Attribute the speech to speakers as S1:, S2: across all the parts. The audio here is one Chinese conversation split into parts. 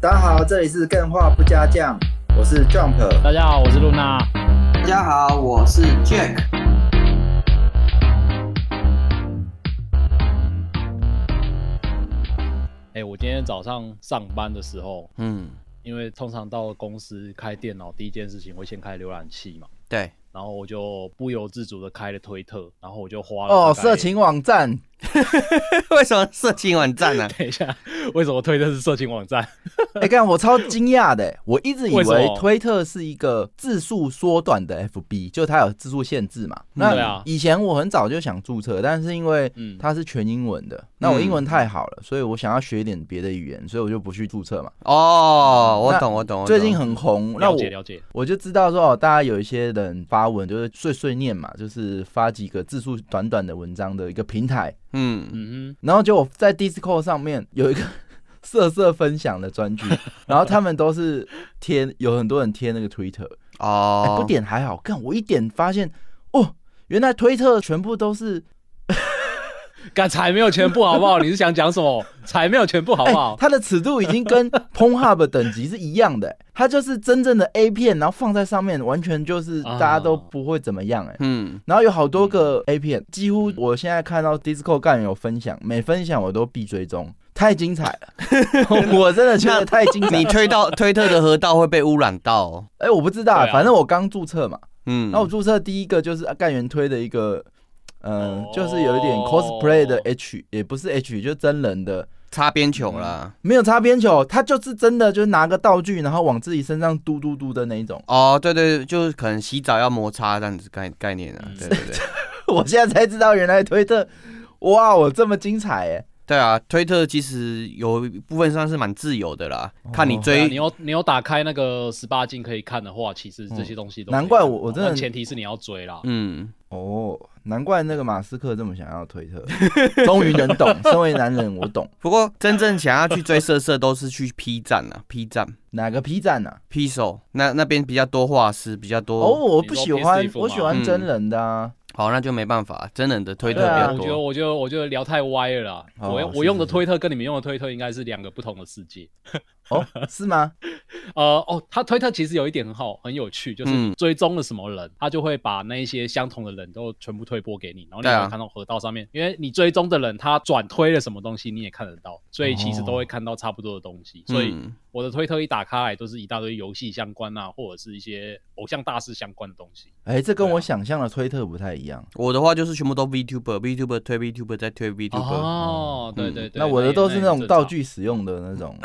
S1: 大家好，这里是更画不加酱，我是 Jump。
S2: 大家好，我是露娜。
S3: 大家好，我是 Jack。
S2: 哎、我今天早上上班的时候，
S3: 嗯，
S2: 因为通常到公司开电脑，第一件事情会先开浏览器嘛，
S3: 对，
S2: 然后我就不由自主的开了推特，然后我就花了
S4: 哦，
S2: 大概
S4: 色。情网站，
S3: 为什么色情网站呢、
S2: 等一下，为什么推特是色情网站？
S4: 哎、干我超惊讶的，我一直以
S2: 为什
S4: 为
S2: 么
S4: 推特是一个字数缩短的 FB，就它有字数限制嘛。
S2: 对
S4: 那
S2: 啊
S4: 以前我很早就想注册，但是因为
S2: 嗯
S4: 它是全英文的，那我英文太好了，所以我想要学一点别的语言，所以我就不去注册嘛。
S3: 哦，我
S4: 那
S3: 懂，我懂，我懂
S4: 最近很红，那
S2: 了
S4: 我
S2: 解了解，
S4: 我就知道说哦，大家有一些人发文就是碎碎念嘛，就是发几个字数短短的文章的一个平台，
S3: 嗯，
S2: 嗯
S4: 然后结果在 Discord 上面有一个 色色分享的专区，然后他们都是贴，有很多人贴那个 Twitter，哎、
S3: 哦，
S4: 不点还好，看我一点发现，哦，原来推特全部都是，
S2: 哼，干才没有全部好不好？你是想讲什么？ 才没有全部好
S4: 哎、
S2: 不好？
S4: 它的尺度已经跟 Pornhub 等级是一样的、哎它就是真正的 A 片，然后放在上面，完全就是
S2: 啊
S4: 大家都不会怎么样、哎、
S3: 嗯，
S4: 然后有好多个 A 片，几乎我现在看到 Disco 干员有分享，每分享我都必追踪，太精彩了，我真的觉得太精彩了。
S3: 你推到推特的河道会被污染到、哦，
S4: 哎、我不知道啊、
S2: 对啊
S4: 反正我刚注册嘛。
S3: 嗯，
S4: 那、我注册第一个就是啊干员推的一个，嗯、
S2: 哦
S4: 就是有一点 cosplay 的 H，也不是 H，就真人的，
S3: 擦边球啦。
S4: 没有擦边球，他就是真的，就是拿个道具，然后往自己身上嘟嘟嘟的那一 种。
S3: 哦，对对，对就是可能洗澡要摩擦这样子概概念啊
S2: 嗯，
S3: 对对对，
S4: 我现在才知道，原来推特，哇，我这么精彩哎、
S3: 对啊，推特其实有一部分上是蛮自由的啦，
S4: 哦
S3: 看你
S2: 对啊
S3: 追
S2: 你有你有打开那个十八禁可以看的话，其实这些东西都
S4: 嗯
S2: 可以
S4: 难怪我
S2: 看
S4: 我真的
S2: 但前提是你要追
S4: 啊
S2: 啦。
S3: 嗯，
S4: 哦，难怪那个马斯克这么想要推 特，终于能懂，身为男人我懂。
S3: 不过真正想要去追色色都是去 P 站啊，P 站
S4: 哪个 P 站啊？
S3: P 手那那边比较多画师，比较
S4: 哦，
S3: 多
S4: 我不喜欢
S2: 你，说 PS4
S4: 我喜
S3: 吗
S4: 欢
S3: 嗯
S4: 真人的啊。
S3: 好，那就没办法，真人的推特
S4: 对啊
S3: 比
S2: 我
S3: 较
S2: 觉得，
S3: 多。
S2: 我觉得，我觉得聊太歪了啦。
S4: 哦
S2: 我
S4: 是
S2: 我用的
S4: 是是
S2: 推特跟你们用的推特应该是两个不同的世界。
S4: 哦，是吗？
S2: 呃，哦，他推特其实有一点很好，很有趣，就是
S3: 嗯
S2: 你追踪了什么人，他就会把那一些相同的人都全部推播给你，然后你
S3: 对啊
S2: 也会看到河道上面，因为你追踪的人他转推了什么东西，你也看得到，所以其实
S4: 哦
S2: 都会看到差不多的东西。所以
S3: 嗯
S2: 我的推特一打开来，都是一大堆游戏相关啊，或者是一些偶像大师相关的东西。
S4: 哎，这跟
S2: 对啊
S4: 我想象的推特不太一样。
S3: 我的话就是全部
S2: 啊
S3: 都 VTuber，VTuber 推 VTuber 再推 VTuber，
S2: 哦，对对对，
S4: 嗯那我的
S2: 也
S4: 都是
S2: 也
S4: 那种
S2: 正
S4: 道
S2: 常
S4: 具使用的那种，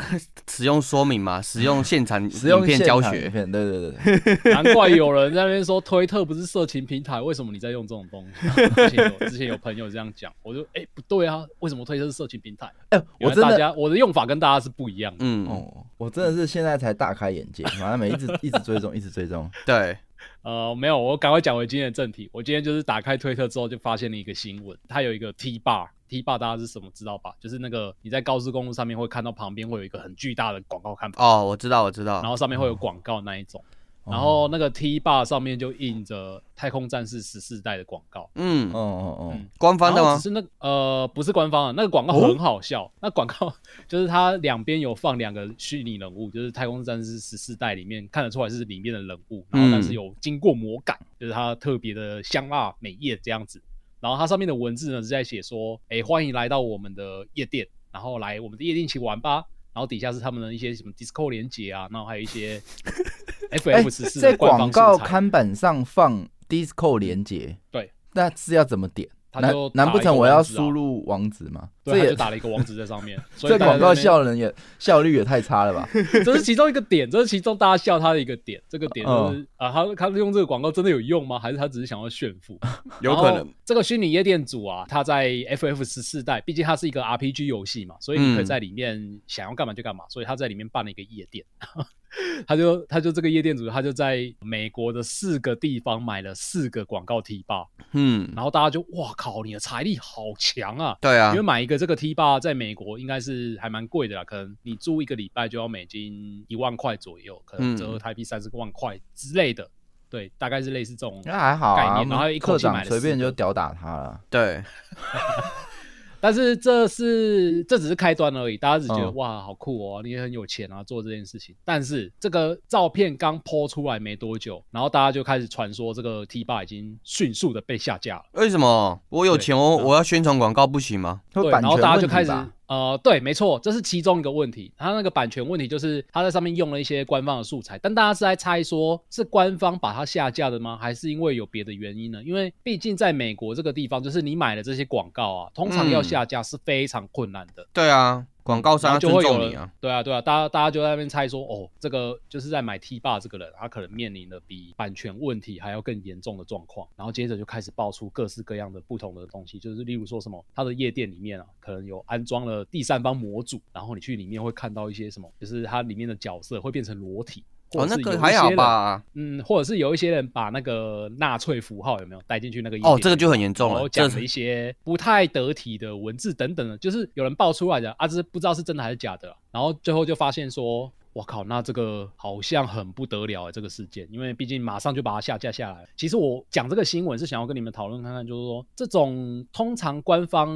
S3: 使用说明嘛，使用现场
S4: 使用
S3: 影片
S4: 现
S3: 教
S4: 场影
S3: 学。
S4: 片对对对 对，
S2: 难怪有人在那边说推特不是色情平台，为什么你在用这种东西？之前有之前有朋友这样讲，我就哎、不对啊，为什么推特是色情平 台？
S4: 哎，我
S2: 原来
S4: 真
S2: 大
S4: 的，
S2: 家我的用法跟大家是不一样的。
S3: 嗯，
S4: 哦，我真的是现在才大开眼界，反正每一直一直追踪，一直追踪。
S3: 对，
S2: 呃，没有，我赶快讲回今天的正题。我今天就是打开推特之后就发现了一个新闻，它有一个 T bar。T bar 大家是什么知道吧？就是那个你在高速公路上面会看到旁边会有一个很巨大的广告看板，
S3: 哦，我知道，我知
S2: 然
S4: 啊
S3: 道，
S2: 后上面会有广告那一种，
S4: 哦
S2: 然后那个 T bar 上面就印着《太空战士十四代》的广告。
S3: 嗯
S4: 哦，哦哦
S2: 嗯，
S3: 官方的
S2: 然后
S3: 吗
S2: 只？是那呃，不是官方的，那个广告很好笑。那广告就是它两边有放两个虚拟人物，就是《太空战士十四代》里面看得出来是里面的人物，然后但是
S4: 嗯
S2: 有经过魔改，就是它特别的香辣美艳这样子。然后它上面的文字呢是在写说，哎，欢迎来到我们的夜店，然后来我们的夜店一起玩吧。然后底下是他们的一些什么 Disco 连接啊，然后还有 一些
S4: 哎
S2: FF 十，四
S4: 在
S2: 的官
S4: 广
S2: 方
S4: 告
S2: 素材
S4: 看板上放 Disco 连接，
S2: 对，
S4: 那是要怎么点？
S2: 他
S4: 难
S2: 就打
S4: 难不
S2: 一
S4: 成
S2: 个
S4: 我要
S2: 网址啊
S4: 输入网址吗？这
S2: 对，他就
S4: 也
S2: 打了一个网址在上 面，所以
S4: 这
S2: 大
S4: 广
S2: 家在
S4: 告
S2: 那边
S4: 效能也效率也太差了 吧？
S2: 这是其中一个点，这是其中大家笑他的一个点。这个点
S3: 嗯
S2: 就是、啊，他他用这个广告真的有用吗？还是他只是想要炫富？
S3: 有可
S2: 然
S3: 能
S2: 后，这个虚拟夜店组啊，它在 FF 十四代，毕竟它是一个 RPG 游戏嘛，所以你可以
S3: 嗯
S2: 在里面想要干嘛就干嘛，所以他在里面办了一个夜店。 他就他就这个夜店组，他就在美国的四个地方买了四个广告 T 吧，
S3: 嗯，
S2: 然后大家就哇靠，你的财力好强啊！
S3: 对啊
S2: 因为，买一个这个 T 八在美国应该是还蛮贵的啦，可能你住一个礼拜就要美金一万块左右，可能折合台币三十万块之类的。对，大概是类似这种。
S4: 那还好
S2: 概
S4: 啊
S2: 念然后一，口
S4: 课
S2: 气买
S4: 长
S2: 了
S4: 随便
S2: 四
S4: 就
S2: 个
S4: 屌打他了。
S3: 对，
S2: 但是这是这只是开端而已，大家只觉得、
S4: 嗯
S2: 哇好酷哦，你也很有钱啊，做这件事情。但是这个照片刚抛出来没多久，然后大家就开始传说这个 T 八已经迅速的被下架了。
S3: 为什么我有
S2: 对
S3: 钱，我我要宣传广告不行吗？
S4: 会
S2: 对，
S4: 版
S2: 然后
S4: 权
S2: 大家
S4: 问
S2: 就
S4: 题
S2: 开始
S4: 吧
S2: 呃，对，没错，这是其中一个问题。他那个版权问题就是他在上面用了一些官方的素材，但大家是在猜说是官方把它下架的吗？还是因为有别的原因呢？因为毕竟在美国这个地方，就是你买的这些广告啊，通常要
S3: 嗯
S2: 下架是非常困难的。
S3: 对啊，广告
S2: 然
S3: 商
S2: 后
S3: 要
S2: 就
S3: 尊
S2: 会有
S3: 重
S2: 人
S3: 你啊。
S2: 对啊，对啊，大家大家就在那边猜说，哦，这个就是在买 T 霸这个人，他可能面临的比版权问题还要更严重的状况。然后接着就开始爆出各式各样的不同的东西，就是例如说什么，他的夜店里面啊，可能有安装了第三方模组，然后你去里面会看到一些什么，就是它里面的角色会变成裸体。或
S3: 哦，
S2: 者
S3: 那
S2: 是有
S3: 个
S2: 一
S3: 还
S2: 些
S3: 好
S2: 人？
S3: 吧。
S2: 嗯，或者是有一些人把那个纳粹符号有没有带进去那个夜
S3: 哦
S2: 店，
S3: 这个
S2: 里
S3: 就
S2: 面
S3: 很严重
S2: 然
S3: 了
S2: 后，
S3: 这
S2: 讲了一
S3: 是
S2: 些不太得体的文字等等的，就是有人爆出来的啊，这是不知道是真的还是假的啊，然后最后就发现说。我靠，那这个好像很不得了哎，这个事件，因为毕竟马上就把它下架下来了。其实我讲这个新闻是想要跟你们讨论看看，就是说这种通常官方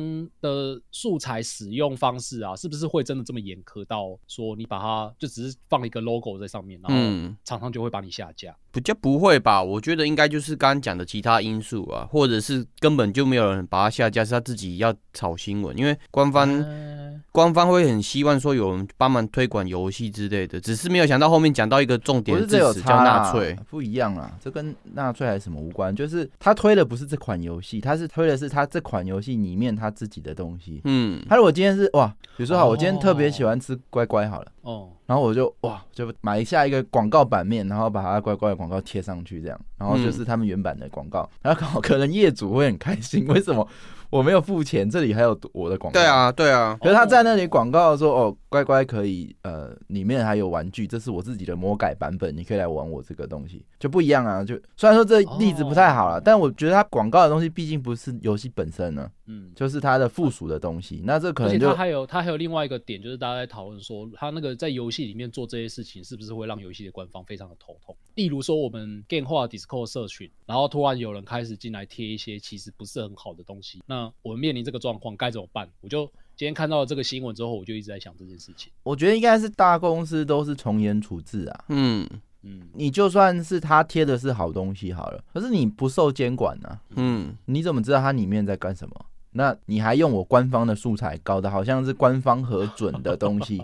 S2: 的素材使用方式啊，是不是会真的这么严苛到说你把它就只是放一个 logo 在上面，然后
S3: 嗯，
S2: 厂商就会把你下架？
S3: 比较不会吧？我觉得应该就是刚刚讲的其他因素啊，或者是根本就没有人把它下架，是他自己要炒新闻，因为官方、
S2: 嗯，
S3: 官方会很希望说有人帮忙推广游戏之类的，只是没有想到后面讲到一个重
S4: 不
S3: 点
S4: 是
S3: 的
S4: 这
S3: 字
S4: 有
S3: 词
S4: 差
S3: 叫纳
S4: 啦
S3: 粹，
S4: 不一样啦，这跟纳粹还是什么无关，就是他推的不是这款游戏，他是推的是他这款游戏里面他自己的东西。
S3: 嗯，
S4: 他如果今天是哇，比如说好，我今天特别
S2: 哦
S4: 喜欢吃乖乖好了，
S2: 哦，
S4: 然后我就哇就买下一个广告版面，然后把他乖乖的广告贴上去这样，然后
S2: 嗯
S4: 就是他们原版的广告，然后可可能业主会很开心，为什么我没有付钱，这里还有我的广告？
S3: 对。啊，对啊，
S4: 可是他在那里广告说哦，乖乖可以，呃，里面还有玩具，这是我自己的魔改版本，你可以来玩我这个东西，就不一样啊。就虽然说这例子不太好了，
S2: 哦
S4: 但我觉得它广告的东西毕竟不是游戏本身呢，
S2: 嗯，
S4: 就是它的附属的东西。那这可
S2: 而且
S4: 能
S2: 他
S4: 就
S2: 还有他还有另外一个点，就是大家在讨论说，他那个在游戏里面做这些事情，是不是会让游戏的官方非常的头痛？例如说，我们 Game 化 Discord 社群，然后突然有人开始进来贴一些其实不是很好的东西，那我们面临这个状况该怎么办？我就今天看到了这个新闻之后，我就一直在想这件事情。
S4: 我觉得应该是大公司都是从严处置啊。
S3: 嗯
S2: 嗯，
S4: 你就算是他贴的是好东西好了，可是你不受监管呢、
S3: 嗯，
S4: 你怎么知道它里面在干什么？那你还用我官方的素材，搞得好像是官方核准的东 西。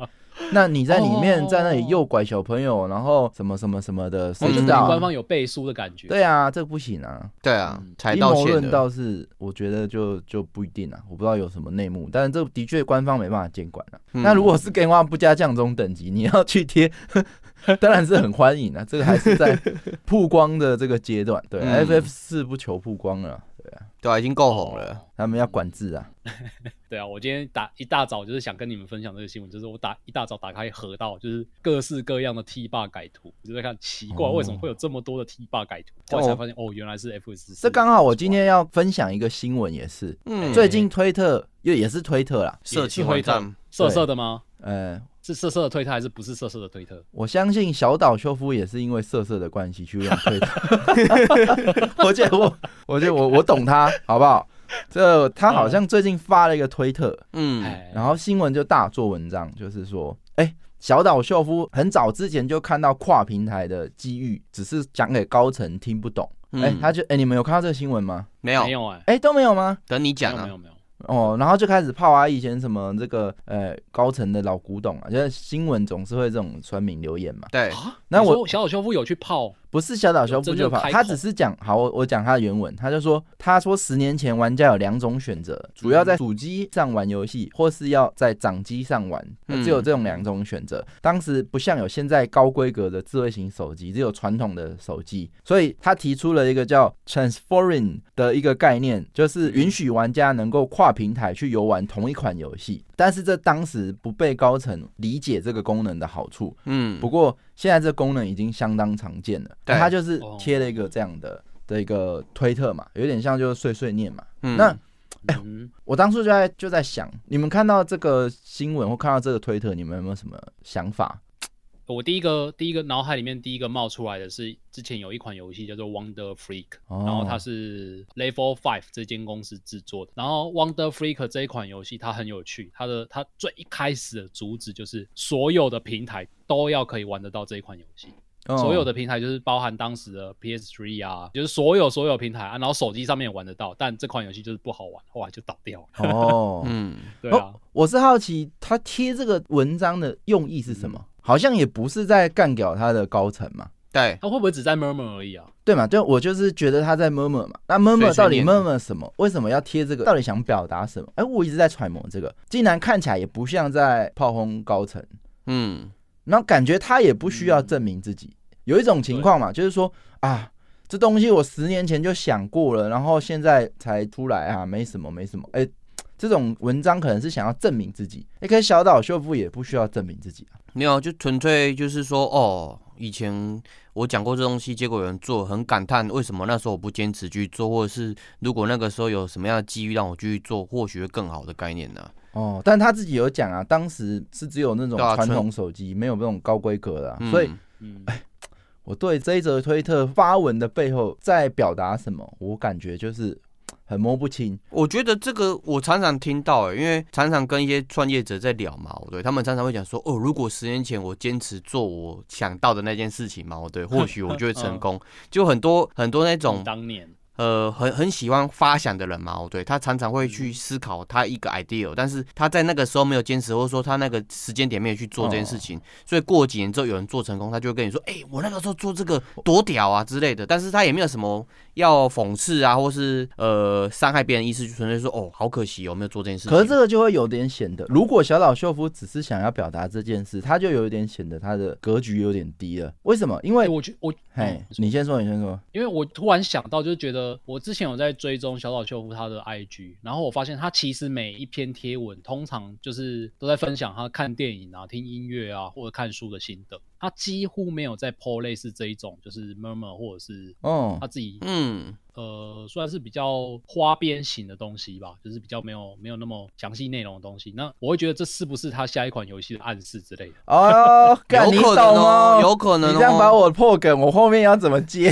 S4: 那你在里面
S2: 哦
S4: 在那里诱拐小朋友，然后什么什么什么的，
S2: 所
S4: 谁
S2: 以
S4: 知
S2: 就哦是
S4: 道
S2: 官
S4: 啊？
S2: 方有背书的感觉。
S4: 对啊，这不行啊！
S3: 对啊
S2: 嗯，
S3: 才
S4: 阴
S3: 道
S4: 谋
S3: 歉
S4: 论
S3: 的，
S4: 倒是我觉得就就不一定啊，我不知道有什么内幕，但是这的确官方没办法监管啊。
S3: 嗯
S4: 那如果是跟话不加酱这种等级，你要去贴， 当然是很欢迎啊。这个还是在曝光的这个阶段，对、
S3: 嗯
S4: f f 四不求曝光了，对啊，
S3: 对啊，已经够红了，
S4: 他们要管制啊。
S2: 对啊，我今天打一大早就是想跟你们分享这个新闻，就是我打一大早打开河道，就是各式各样的 T 霸改图，我就在看奇怪
S4: 哦
S2: 为什么会有这么多的 T 霸改图，
S4: 这
S2: 后来才
S4: 我
S2: 发现哦，原来是 F 十四。
S4: 这刚好我今天要分享一个新闻，也是
S3: 嗯，
S4: 最近推特又也是推特啦，
S3: 社
S2: 是
S3: 区
S2: 推
S3: 会
S2: 特
S3: 战，
S2: 色色的吗？
S4: 呃，
S2: 是色色的推特还是不是色色的推特？
S4: 我相信小岛秀夫也是因为色色的关系去用推特， 我觉得我，我觉得我我懂他，好不好？这他好像最近发了一个推特，
S3: 嗯，
S2: 哎，
S4: 然后新闻就大做文章，就是说，哎、小岛秀夫很早之前就看到跨平台的机遇，只是讲给高层听不懂。哎、
S3: 嗯
S4: 他就哎、你们有看到这个新闻吗？
S3: 没有
S2: 没，有哎，
S4: 哎、都没有吗？
S3: 等你
S2: 没
S3: 讲
S2: 有没
S3: 啊，
S2: 有没有，
S4: 哦，然后就开始泡啊，以前什么这个呃高层的老古董啊，就是新闻总是会这种酸民留言嘛。
S3: 对，
S4: 那
S2: 你
S4: 我
S2: 啊说小岛秀夫有去泡，
S4: 不是小岛秀夫就
S2: 有真正
S4: 跑，
S2: 开
S4: 他
S2: 口
S4: 只是讲好，我我讲他的原文，他就说他说十年前玩家有两种选择，主要在主机上玩游戏，或是要在掌机上玩，
S3: 嗯
S4: 只有这种两种选择。当时不像有现在高规格的智慧型手机，只有传统的手机，所以他提出了一个叫 transferring 的一个概念，就是允许玩家能够跨平台去游玩同一款游戏，但是这当时不被高层理解这个功能的好处，
S3: 嗯
S4: 不，过现在这功能已经相当常见了，
S3: 对
S4: 它就是
S2: 哦
S4: 贴了一个这样的的一个推特嘛，有点像就是碎碎念嘛。
S3: 嗯
S4: 那
S2: 嗯，
S4: 我当初就在就在想，你们看到这个新闻或看到这个推特，你们有没有什么想法？
S2: 我第一个第一个脑海里面第一个冒出来的是之前有一款游戏叫做 Wonder Freak，、
S4: 哦
S2: 然后它是 Level Five 这间公司制作的。然后 Wonder Freak 这一款游戏它很有趣，它的它最一开始的主旨就是所有的平台都要可以玩得到这一款游戏。
S4: 嗯
S2: 所有的平台就是包含当时的 PS3 啊，就是所有所有平台啊，然后手机上面也玩得到，但这款游戏就是不好玩，后来就倒掉了。
S4: 哦，
S3: 嗯，
S2: 对啊，
S4: 哦， 我是好奇他贴这个文章的用意是什
S3: 嗯
S4: 么？好像也不是在干掉他的高层嘛，
S3: 对，
S2: 它会不会只在 murmur 而已啊？
S4: 对嘛？对，我就是觉得他在 murmur 嘛。那 murmur
S3: 碎碎
S4: 到底
S3: 念
S4: murmur 什么？为什么要贴这个？到底想表达什么？哎，我一直在揣摩这个，竟然看起来也不像在炮轰高层，
S3: 嗯，
S4: 然后感觉他也不需要证明自己。有一种情况嘛，就是说啊，这东西我十年前就想过了，然后现在才出来啊，没什么，没什么。哎，这种文章可能是想要证明自己。哎，可是小岛秀夫也不需要证明自己啊。
S3: 没有，就纯粹就是说，哦，以前我讲过这东西，结果有人做，很感叹为什么那时候我不坚持去做，或者是如果那个时候有什么样的机遇让我继续做，或许会更好的概念呢、
S4: 哦，但他自己有讲啊，当时是只有那种
S3: 对啊
S4: 传
S3: 纯
S4: 统手机，没有那种高规格的啊、
S3: 嗯
S4: 所以
S2: 嗯，
S4: 我对这一则推特发文的背后在表达什么，我感觉就是嘖很摸不清。
S3: 我觉得这个我常常听到、欸，因为常常跟一些创业者在聊嘛，对，他们常常会讲说，哦，如果十年前我坚持做我想到的那件事情嘛，对，或许我就会成功。就很多很多那种
S2: 当年
S3: 呃，很很喜欢发想的人嘛，哦，对他常常会去思考他一个 idea，但是他在那个时候没有坚持，或者说他那个时间点没有去做这件事
S4: 哦
S3: 情，所以过几年之后有人做成功，他就会跟你说，哎、我那个时候做这个多屌啊之类的，但是他也没有什么要讽刺啊，或是呃伤害别人的意思，就纯粹说，哦，好可惜哦，没有做这件事情。
S4: 可是这个就会有点显得，如果小岛秀夫只是想要表达这件事，他就有点显得他的格局有点低了。为什么？因为
S2: 哎，我觉我
S4: 嘿，
S3: 嗯
S4: 你先说，你先说。
S2: 因为我突然想到，就是觉得我之前有在追踪小岛秀夫他的 IG，然后我发现他其实每一篇贴文通常就是都在分享他看电影啊、听音乐啊或者看书的心得，他几乎没有在 po 类似这一种就是 murmur 或者是
S4: 哦
S2: 他自己
S3: 嗯，
S2: 呃，算是比较花边型的东西吧，就是比较没有没有那么详细内容的东西。那我会觉得这是不是他下一款游戏的暗示之类的？
S4: 哦，干你
S3: 有
S4: 懂
S3: 可能哦，有
S4: 哦。
S3: 可能、哦，
S4: 你这样把我破梗，我后面要怎么接？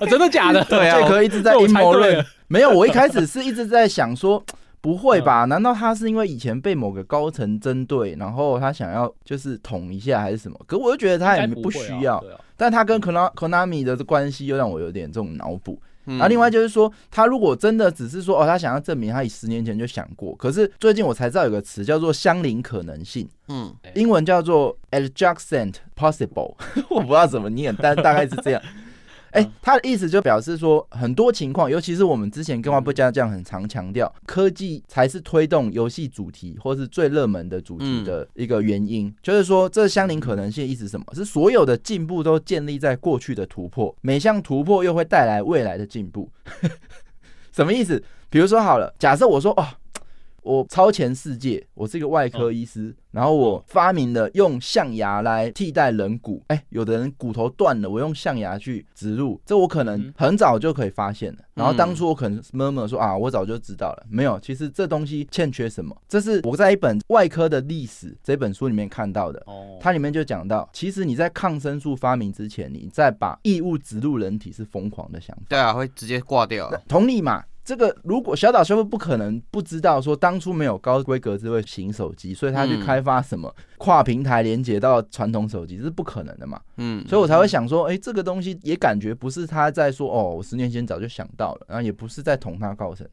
S2: 啊、真的假的？
S3: 对啊
S4: 这可一直在
S2: 我
S4: 阴谋
S2: 猜对
S4: 论
S2: 了。
S4: 没有，我一开始是一直在想说， 不会
S2: 嗯
S4: 吧？难道他是因为以前被某个高层针对，然后他想要就是捅一下还是什么？可我又觉得他也
S2: 应该
S4: 不
S2: 会啊
S4: 需要。
S2: 对啊，
S4: 但他跟 Kona- Konami 的关系又让我有点这种脑补。
S3: 嗯，
S4: 然啊后另外就是说，他如果真的只是说哦，他想要证明他以十年前就想过，可是最近我才知道有个词叫做相邻可能性，
S3: 嗯，
S2: 对
S4: 英文叫做 adjacent possible，我 不知道怎么念，但大概是这样。哎、他的意思就表示说，很多情况，尤其是我们之前跟话不加酱很常强调，科技才是推动游戏主题或是最热门的主题的一个原因。就是说，这相邻可能性的意思是什么？是所有的进步都建立在过去的突破，每项突破又会带来未来的进步。 什么意思？比如说好了，假设我说哦，我超前世界，我是一个外科医师，然后我发明了用象牙来替代人骨。哎、有的人骨头断了，我用象牙去植入，这我可能
S2: 嗯
S4: 很早就可以发现了。然后当
S3: 嗯
S4: 初我可能 murmur 说啊，我早就知道了，没有，其实这东西欠缺什么？这是我在一本外科的历史这本书里面看到的。
S2: 哦，
S4: 它里面就讲到，其实你在抗生素发明之前，你在把异物植入人体是疯狂的想法。
S3: 对啊，会直接挂掉
S4: 那，同理嘛，这个如果小岛修复不可能不知道说当初没有高规格智慧型手机，所以他去
S3: 嗯
S4: 开发什么跨平台连接到传统手机，这是不可能的嘛。
S3: 嗯，
S4: 所以我才会想说，哎、这个东西也感觉不是他在说哦，我十年前早就想到了，然后也不是在捅他高层。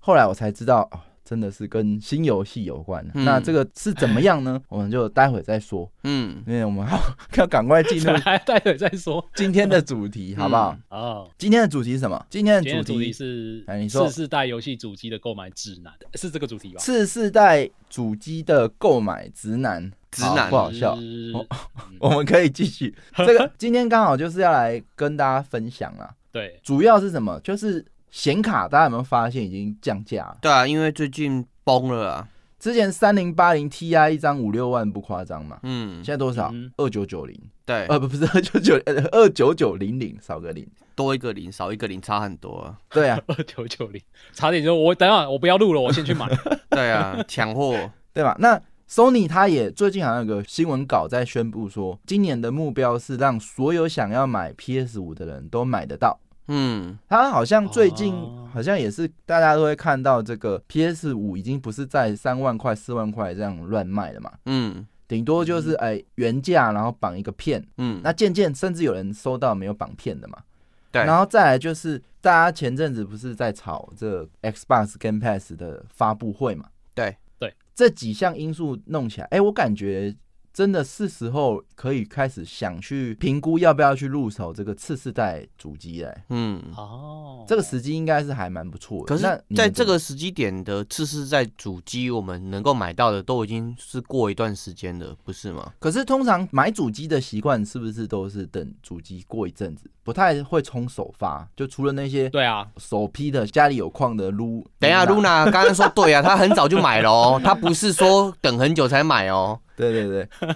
S4: 后来我才知道，哦，真的是跟新游戏有关。啊
S3: 嗯
S4: 那这个是怎么样 呢？我们就待会再说，
S3: 嗯，
S4: 因为我们要 要赶快进入
S2: 还 待会再说
S4: 今天的主题，好不好？
S3: 嗯
S2: 啊。
S4: 今天的主题是什么？今天
S2: 今
S4: 的
S2: 天
S4: 主
S2: 的主
S4: 题
S2: 题是
S4: 哎你说
S2: 次世代游戏主机的购买指南，是这个主题吧？
S4: 次世代主机的购买直男，
S3: 直
S4: 好
S3: 男
S4: 不好笑。
S2: 是
S4: 哦我们可以继 续，这个今天刚好就是要来跟大家分享啦。
S2: 对，
S4: 主要是什么？就是显卡，大家有没有发现已经降价了？
S3: 对啊，因为最近崩了啊，
S4: 之前三零八零 Ti 一张五六万不夸张嘛，
S3: 嗯
S4: 现，在多少
S2: 嗯？
S4: 二九九零，
S3: 对，
S4: 呃，不不是二九九，二九九零零少个零。
S3: 多一个零少一个零差很多、啊。
S4: 对 啊，
S2: 二 九九零，差点就我等一下我不要录了，我先去买。
S3: 对啊，抢货。
S4: 对吧？那 Sony 它也最近好像有个新闻稿在宣布说，今年的目标是让所有想要买 PS 五的人都买得到。
S3: 嗯，
S4: 它好像最近
S2: 哦
S4: 好像也是大家都会看到，这个 PS 五已经不是在三万块、四万块这样乱卖了嘛，
S3: 嗯
S4: 顶多就是哎、原价，然后绑一个片。
S3: 嗯，
S4: 那渐渐甚至有人收到没有绑片的嘛。
S3: 对
S4: 然后再来就是大家前阵子不是在炒这 Xbox Game Pass 的发布会嘛？
S3: 对
S2: 对，
S4: 这几项因素弄起来，哎，我感觉真的是时候可以开始想去评估要不要去入手这个次世代主机嘞。
S3: 嗯。
S2: 哦，
S4: 这个时机应该是还蛮不错的。
S3: 可是
S4: 那你，们
S3: 在
S4: 怎
S3: 这
S4: 么
S3: 个时机点的次世代主机，我们能够买到的都已经是过一段时间了，不是吗？
S4: 可是通常买主机的习惯是不是都是等主机过一阵子，不太会冲首发？就除了那些
S2: 对啊，
S4: 首批的家里有矿的撸，
S3: 等一下
S4: 撸啦
S3: ，Luna 刚刚说对啊，她很早就买 了哦，她不是说等很久才买哦，
S4: 对对对，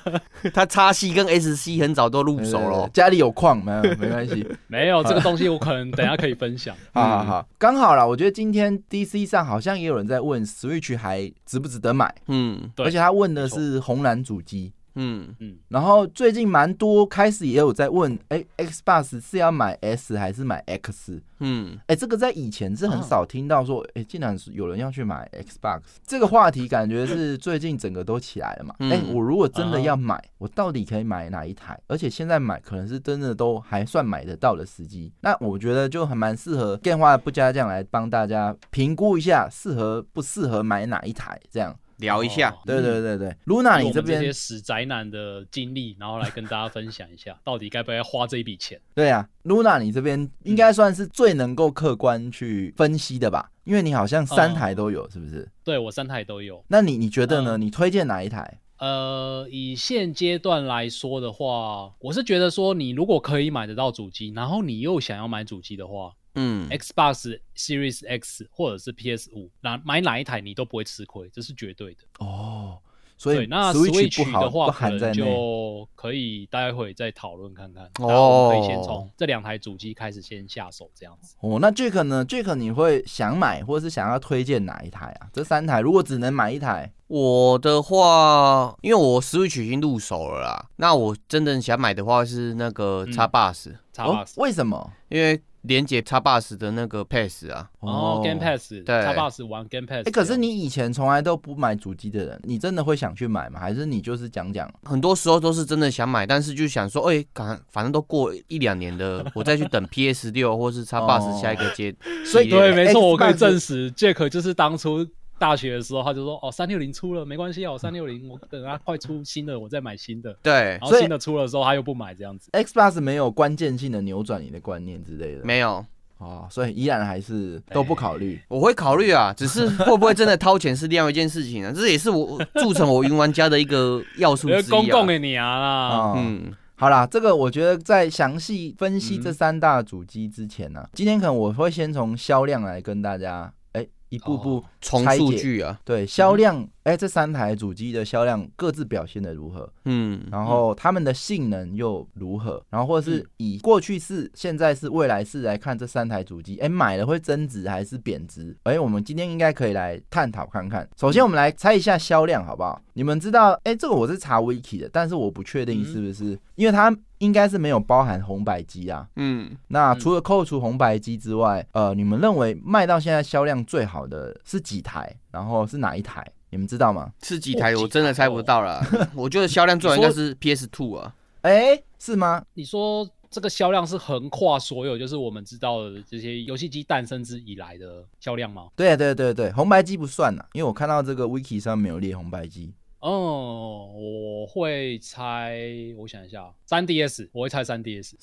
S3: 她叉 C 跟 SC 很早都入
S4: 对
S3: 手
S4: 对
S3: 了哦
S4: 对。呃家里有矿没有没关 系，
S2: 没有这个东西，我可能等一下可以分 享。
S4: 好好
S3: 嗯
S4: 好，刚好啦。我觉得今天 DC 上好像也有人在问 Switch 还值不值得买，
S3: 嗯
S2: 对
S4: 而且他问的
S2: 没错
S4: 是红蓝主机。
S3: 嗯，
S2: 嗯，
S4: 然后最近蛮多开始也有在问，哎，Xbox 是要买 S 还是买 X？
S3: 嗯，
S4: 哎，这个在以前是很
S2: 啊
S4: 少听到说，哎，竟然是有人要去买 Xbox，这个话题感觉是最近整个都起来了嘛。
S3: 嗯
S4: 哎，我如果真的
S2: 啊
S4: 要买，我到底可以买哪一台？而且现在买可能是真的都还算买得到的时机。那我觉得就还蛮适合电话不加酱来帮大家评估一下适合不适合买哪一台这样。
S3: 聊一下
S2: 哦，
S4: 对对对对，Luna
S2: 用
S4: 你
S2: 我
S4: 这
S2: 们这
S4: 边
S2: 些死宅男的经历，然后来跟大家分享一下，到底该不该花这一笔钱？
S4: 对啊，Luna，你这边应该算是最能够客观去分析的吧？因为你好像
S2: 嗯
S4: 三台都有，是不是？
S2: 对我三台都有。
S4: 那你你觉得
S2: 嗯
S4: 呢？你推荐哪一台？
S2: 呃，以现阶段来说的话，我是觉得说，你如果可以买得到主机，然后你又想要买主机的话
S3: 嗯，
S2: ，Xbox Series X 或者是 PS 五，哪买哪一台你都不会吃亏，这是绝对的。
S4: 哦，所以
S2: 对，那
S4: Switch 不好
S2: 的话
S4: 不
S2: 可
S4: 含在
S2: 能
S4: 内。
S2: 就可以待会再讨论看看。
S3: 哦
S2: 然后我们可以先从这两台主机开始先下手，这样子。
S4: 哦，那 Jack 呢？Jack 你会想买，或是想要推荐哪一台啊？这三台如果只能买一台，
S3: 我的话，因为我 Switch 已经入手了啦，那我真正想买的话是那个
S2: 嗯
S3: X Bus，、
S2: 叉 box
S4: 哦为什么？
S3: 因为连接 X Bus 的那个 Pass 啊，
S2: 哦，Game Pass，
S3: 对
S2: 叉 box 玩 Game Pass
S4: 哎、可是
S2: 这样
S4: 你以前从来都不买主机的人，你真的会想去买吗？还是你就是讲讲？
S3: 很多时候都是真的想买，但是就想说，哎、赶反正都过一两年了，我再去等 PS 六或是 X
S4: 哦
S3: Bus 下一个阶、
S4: 所以
S3: 系列
S2: 对，没错，我可以
S4: Xbox-
S2: 证实，Jack 就是当初大学的时候，他就说：“哦，三六零出了，没关系啊，我三六零，我等它快出新的，我再买新的。”
S3: 对，
S2: 然后
S4: 哎所以
S2: 新的出了之后，他又不买这样子。
S4: Xbox 没有关键性的扭转你的观念之类的，
S3: 没有，
S4: 哦，所以依然还是都不考虑。
S3: 我会考虑啊，只是会不会真的掏钱是另外一件事情啊， 这也是我促成我云玩家的一个要素
S2: 我
S3: 之
S2: 觉
S3: 一、
S2: 得呃
S3: 啊。
S2: 公共给你啊啦，
S4: 哦，
S3: 嗯
S4: 好啦，这个我觉得在详细分析
S2: 嗯
S4: 这三大主机之前呢、今天可能我会先从销量来跟大家，哎、一步步、
S3: 重
S4: 拆解
S3: 数据啊，
S4: 对销量，哎、这三台主机的销量各自表现的如何，
S3: 嗯
S4: 然后它们的性能又如何，然后或者是
S2: 嗯
S4: 以过去式、现在是未来式来看这三台主机，哎、买了会增值还是贬值？哎、我们今天应该可以来探讨看看。首先，我们来猜一下销量好不好？你们知道，哎、这个我是查 wiki 的，但是我不确
S2: 嗯
S4: 定是不是，因为它应该是没有包含红白机啊。
S3: 嗯，
S4: 那
S2: 嗯
S4: 除了扣除红白机之外，呃，你们认为卖到现在销量最好的是几台？然后是哪一台？你们知道吗？
S3: 是几台我真的猜不到啦。 我觉得销量最好应该是 PS Two 啊，
S4: 哎、是吗？
S2: 你说这个销量是横跨所有，就是我们知道的这些游戏机诞生之以来的销量吗？
S4: 对对对对，红白机不算呐、因为我看到这个 wiki 上面有列红白机。
S2: 哦，我会猜，我想一下，3 DS，我会猜3 DS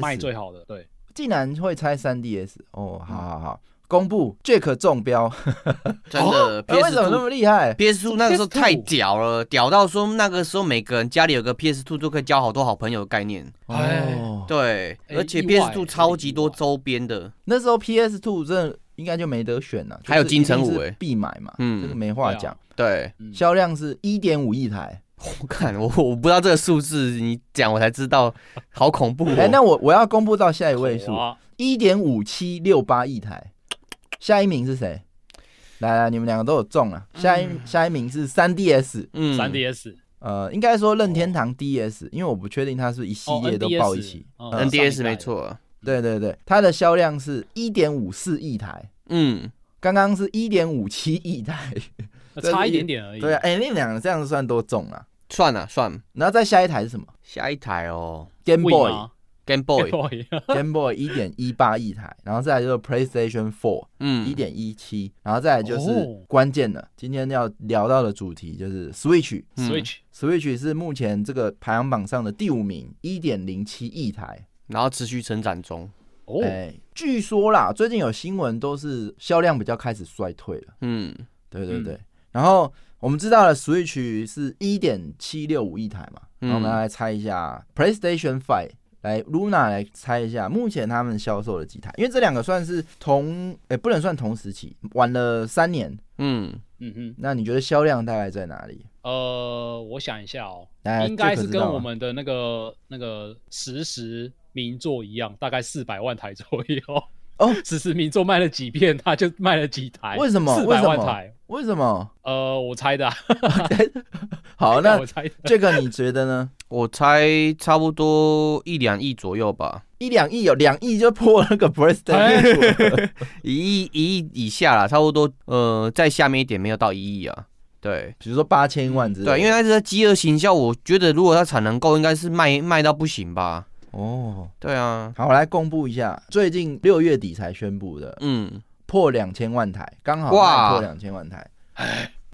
S2: 卖
S4: 3DS
S2: 最嗯好的，对，
S4: 竟然会猜 3DS 哦，好好好，公布 Jack 中标，
S3: 真的。
S4: 哎为
S3: PS
S4: 什么那
S3: Two
S4: 么厉害？
S3: PS Two 那个时候
S2: PS2
S3: 太屌了，屌到说那个时候每个人家里有个 PS Two 都可以交好多好朋友的概念。
S4: 哦，
S3: 对，
S2: 哎
S3: 而且
S2: 意外
S3: PS Two 超级多周边的，
S4: 那时候 PS Two 真的应该就没得选了，就是
S3: 还有金城武
S4: 一定是
S3: 哎
S4: 必买嘛，
S3: 嗯
S4: 这个没话
S2: 对啊
S4: 讲，
S3: 对，
S2: 嗯
S4: 销量是一点五亿台。
S3: 我看我我不知道这个数字，你讲我才知道，好恐怖
S4: 哎、那
S3: 哦。
S4: 我我要公布到下一位数
S2: 好，啊
S4: 一点五七六八亿台。下一名是谁？来来，你们两个都有中了。下一
S2: 嗯
S4: 下一名是 3DS，
S3: 嗯
S2: 三 DS
S4: 呃，应该说任天堂 DS，因为我不确定它是不是一系
S2: 哦
S4: 列都
S2: NDS
S4: 抱一起。
S2: 哦
S4: 嗯
S3: 呃
S2: 上一代
S3: NDS 没错，
S4: 对对对，它的销量是一点五四亿台，
S3: 嗯，
S4: 刚刚是一点五七亿台。
S2: 呃
S4: 这是
S2: 差一
S4: 一
S2: 点点而 已。
S4: 对啊，哎、那两个这样子算都中了。
S3: 算了算，
S4: 然后再下一台是什么
S3: 下一台哦
S4: ？Game
S2: Wii
S4: Boy
S2: 吗
S3: ，Game Boy，
S2: Boy，
S4: Game Boy 一点一八亿台，然后再来就是 PlayStation Four
S3: 嗯
S4: 一，点一七，然后再来就是
S2: 哦
S4: 关键的，今天要聊到的主题就是 Switch。
S3: 嗯
S2: Switch
S4: Switch 是目前这个排行榜上的第五名，一点零七亿台。
S3: 然后持续成长中，
S4: 哎、
S2: 哦，
S4: 据说啦，最近有新闻都是销量比较开始衰退了。
S3: 嗯，
S4: 对对
S2: 嗯
S4: 对，然后我们知道了 Switch 是一点七六五亿台嘛，
S3: 嗯
S4: 然后我们来猜一下 PlayStation Five。来，Luna 来猜一下，目前他们销售了几台？因为这两个算是同，诶、不能算同时期，晚了三年。
S3: 嗯，
S2: 嗯哼，
S4: 那你觉得销量大概在哪里？
S2: 呃，我想一下哦，
S4: 来
S2: 应该
S4: 这可
S2: 是
S4: 知
S2: 跟
S4: 道
S2: 我
S4: 吗
S2: 们的那个那个实时名作一样，大概四百万台左右。
S4: 哦，
S2: 实时名作卖了几片，它就卖了几台。
S4: 为什么
S2: 四
S4: 为什
S2: 百
S4: 么
S2: 万台？
S4: 为什么？
S2: 呃，我猜的啊。
S4: 好，那
S2: 我猜的。
S4: 这个你觉得呢？
S3: 我猜差不多一两亿左右吧，
S4: 一两亿有两亿就破那
S2: 哎
S4: 个 PlayStation 4了
S3: 一亿一亿以下啦，差不多，呃，在下面一点没有到一亿啊，对。
S4: 比如说八千万之类的。
S3: 对，因为它是在饥饿行销，我觉得如果它产能够，应该是卖卖到不行吧？
S4: 哦，
S3: 对啊，
S4: 好，我来公布一下，最近六月底才宣布的，
S3: 嗯，
S4: 破两千万台，刚好
S3: 哇
S4: 卖破两千万台。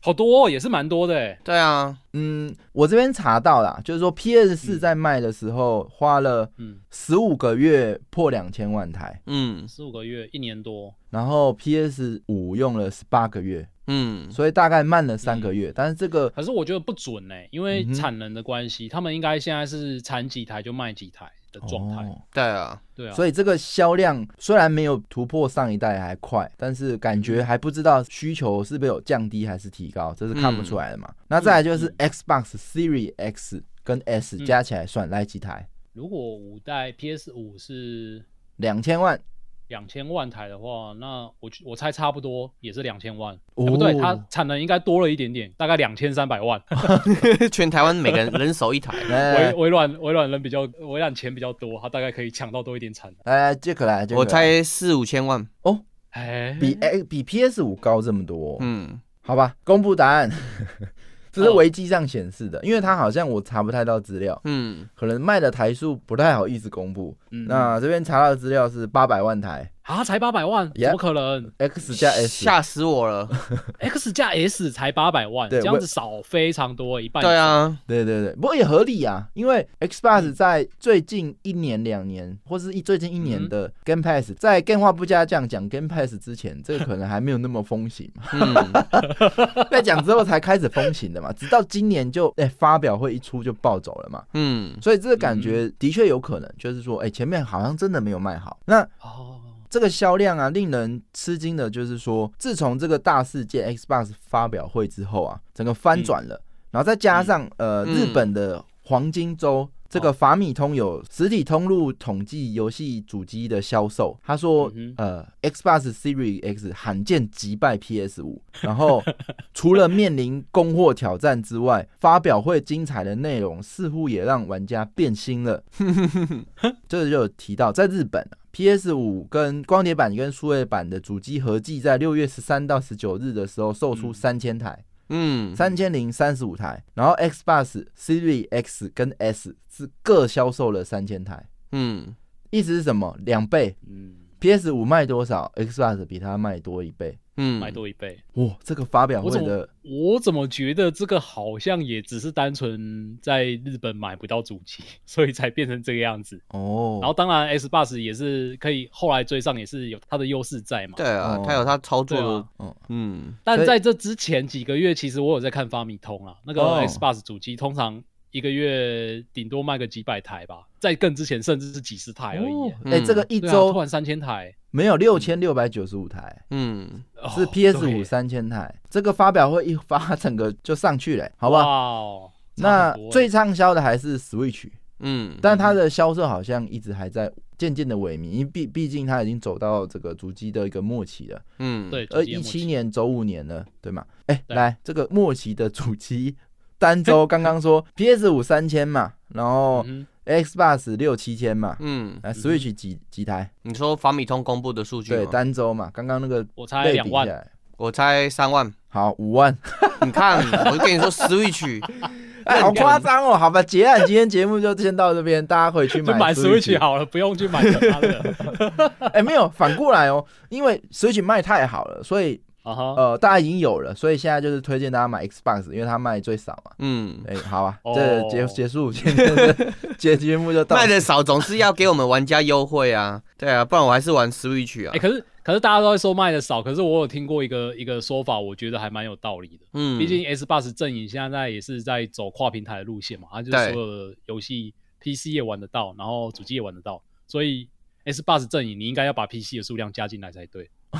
S2: 好多、哦，也是蛮多的欸。
S3: 对啊，
S4: 嗯，我这边查到啦，就是说 PS 四在卖的时候、花了
S2: 嗯，
S4: 十五个月破两千万台，
S3: 嗯
S2: 十五个月，一年多。
S4: 然后 PS 五用了十八个月，
S3: 嗯
S4: 所以大概慢了三个月。但是这个
S2: 可是我觉得不准呢、因为
S4: 嗯哼
S2: 产能的关系，他们应该现在是产几台就卖几台的状态。
S4: 哦
S3: 对啊，
S2: 对啊，
S4: 所
S2: 以
S4: 以这个销量虽然没有突破上一代还快，但是感
S2: 嗯
S4: 觉还不知道需求是不是有降低还是提高，这是看不出来的嘛。那再来就是
S2: 嗯
S4: Xbox Series X 跟 S
S2: 嗯
S4: 加起来算来几台？
S2: 如果五代 PS 五是
S4: 两千万。
S2: 两千万台的话，那我觉我猜差不多也是两千万。
S4: 哦
S2: 哎不对，它产能应该多了一点点，大概两千三百万。
S3: 全台湾每个人人手一 台。
S4: 来来
S2: 微微软微软人比较，微软钱比较多，它大概可以抢到多一点产能。
S4: 来来，Jack 来，Jack
S3: 我
S4: 来
S3: 猜四五千万，
S2: 哎，
S4: 比 A 比 PS 五高这么多哦、
S3: 嗯，
S4: 好吧，公布答案。 这是
S2: 哦
S4: 维基上显示的，因为它好像我查不太到资料，
S3: 嗯，
S4: 可能卖的台数不太好意思公布。
S2: 嗯
S4: 那这边查到的资料是八百万台
S2: 啊才八百万，
S4: Yeah
S2: 怎么可能
S4: X 加 S，
S3: 吓死我了。
S2: ？X 加 S 才八百万，
S4: 对
S2: 这样
S4: 我
S2: 子少非常多，一半。
S3: 对，啊，
S4: 对对对，不过也合理啊，因为
S3: 嗯
S4: Xbox 在最近一年、两年，或是一最近一年的
S3: 嗯
S4: Game Pass，在电话不加酱讲 Game Pass 之前，这个可能还没有那么风行 嘛，
S3: 嗯，
S4: 在讲之后才开始风行的嘛，直到今年就哎、发表会一出就暴走了嘛，
S3: 嗯，
S4: 所以这个感觉的确有可能，就是说哎、前面好像真的没有卖好，那
S2: 哦，
S4: 这个销量啊，令人吃惊的就是说，自从这个大事件 Xbox 发表会之后啊，整个翻转了，然后再加上、呃
S3: 嗯
S4: 日本的黄金周。这个法米通有实体通路统计游戏主机的销售，他说，
S2: 嗯
S4: 呃，Xbox Series X 罕见击败 PS 五，然后除了面临供货挑战之外，发表会精彩的内容似乎也让玩家变心 了。这个就有提到，在日本，PS 五跟光碟版跟数位版的主机合计在六月十三到十九日的时候售出
S2: 嗯
S4: 三千台，
S3: 嗯，
S4: 三千零三十五台，然后 Xbox Series X 跟 S 是各销售了三千台，
S3: 嗯，
S4: 意思是什么？两倍
S2: 嗯，
S4: ，PS 五卖多少，Xbox 比它卖多一倍。
S3: 嗯，
S2: 买多一倍。
S4: 哇，这个发表会
S2: 我怎么
S4: 的，
S2: 我怎么觉得这个好像也只是单纯在日本买不到主机， 所以才变成这个样子。
S4: 哦，
S2: 然后当然 S Bus 也是可以后来追上，也是有它的优势在嘛。
S3: 对啊
S4: 哦，
S3: 它有它操作
S2: 对
S3: 的
S2: 啊，
S4: 嗯
S3: 嗯
S2: 但
S4: 所以
S2: 在这之前几个月，其实我有在看发米通啊，那个
S4: 哦
S2: S Bus 主机通常一个月顶多卖个几百台吧，在更之前甚至是几十台而已耶。
S4: 哎、
S3: 嗯
S4: 这个一
S2: 一
S4: 周
S2: 啊突然三千台，
S4: 没有六千六百九十五台，
S3: 嗯，
S2: 哦
S4: 是 PS
S2: 对
S4: 五三千台，这个发表会一发， 整个就上去了，好不好？
S2: 哇哦，差
S4: 那
S2: 很多耶
S4: 最畅销的还是 Switch，
S3: 嗯，
S4: 但它的销售好像一直还在渐渐的萎靡，因为毕毕竟它已经走到这个主机的一个末期了，
S3: 嗯，
S2: 对，
S4: 而呃
S2: 主机的
S4: 一
S2: 默契
S4: 七年走五年了，对吗？哎，
S2: 对
S4: 来这个末期的主机单 周刚刚说 PS 五三千嘛，然后
S2: 嗯
S4: Xbox 六七千嘛，
S3: 嗯，
S4: 来 Switch 几几台？
S3: 你说法米通公布的数据
S4: 对，
S3: 吗，
S4: 单周嘛，刚刚那个
S2: 我猜
S4: 类
S2: 两
S4: 比
S2: 万
S4: 下来
S3: 我猜 三万。
S4: 好五 万，
S3: 你看，我就跟你说 Switch，
S4: 哎，好夸张哦！好吧，结案，今天节目就先到这边，大家可以去
S2: 就买 Switch
S4: Switch
S2: 好了，不用去买 他的。
S4: 哎、没有，反过来哦，因为 Switch 卖太好了，所以
S2: 啊哈，
S4: 呃，大家已经有了，所以现在就是推荐大家买 Xbox，因为它卖最少嘛。
S3: 嗯，
S4: 哎、好啊，
S2: 哦
S4: 这结结束今天的节节目就到
S3: 卖的少总是要给我们玩家优惠啊，对啊，不然我还是玩 Switch 啊
S2: 哎，。可是可是大家都在说卖的少，可是我有听过一个一个说法，我觉得还蛮有道理的。
S3: 嗯，
S2: 毕竟 S Bus 阵营现在也是在走跨平台的路线嘛，它就是
S3: 对
S2: 所有的游戏 PC 也玩得到，然后主机也玩得到，所以 S Bus 阵营你应该要把 PC 的数量加进来才对。
S3: 不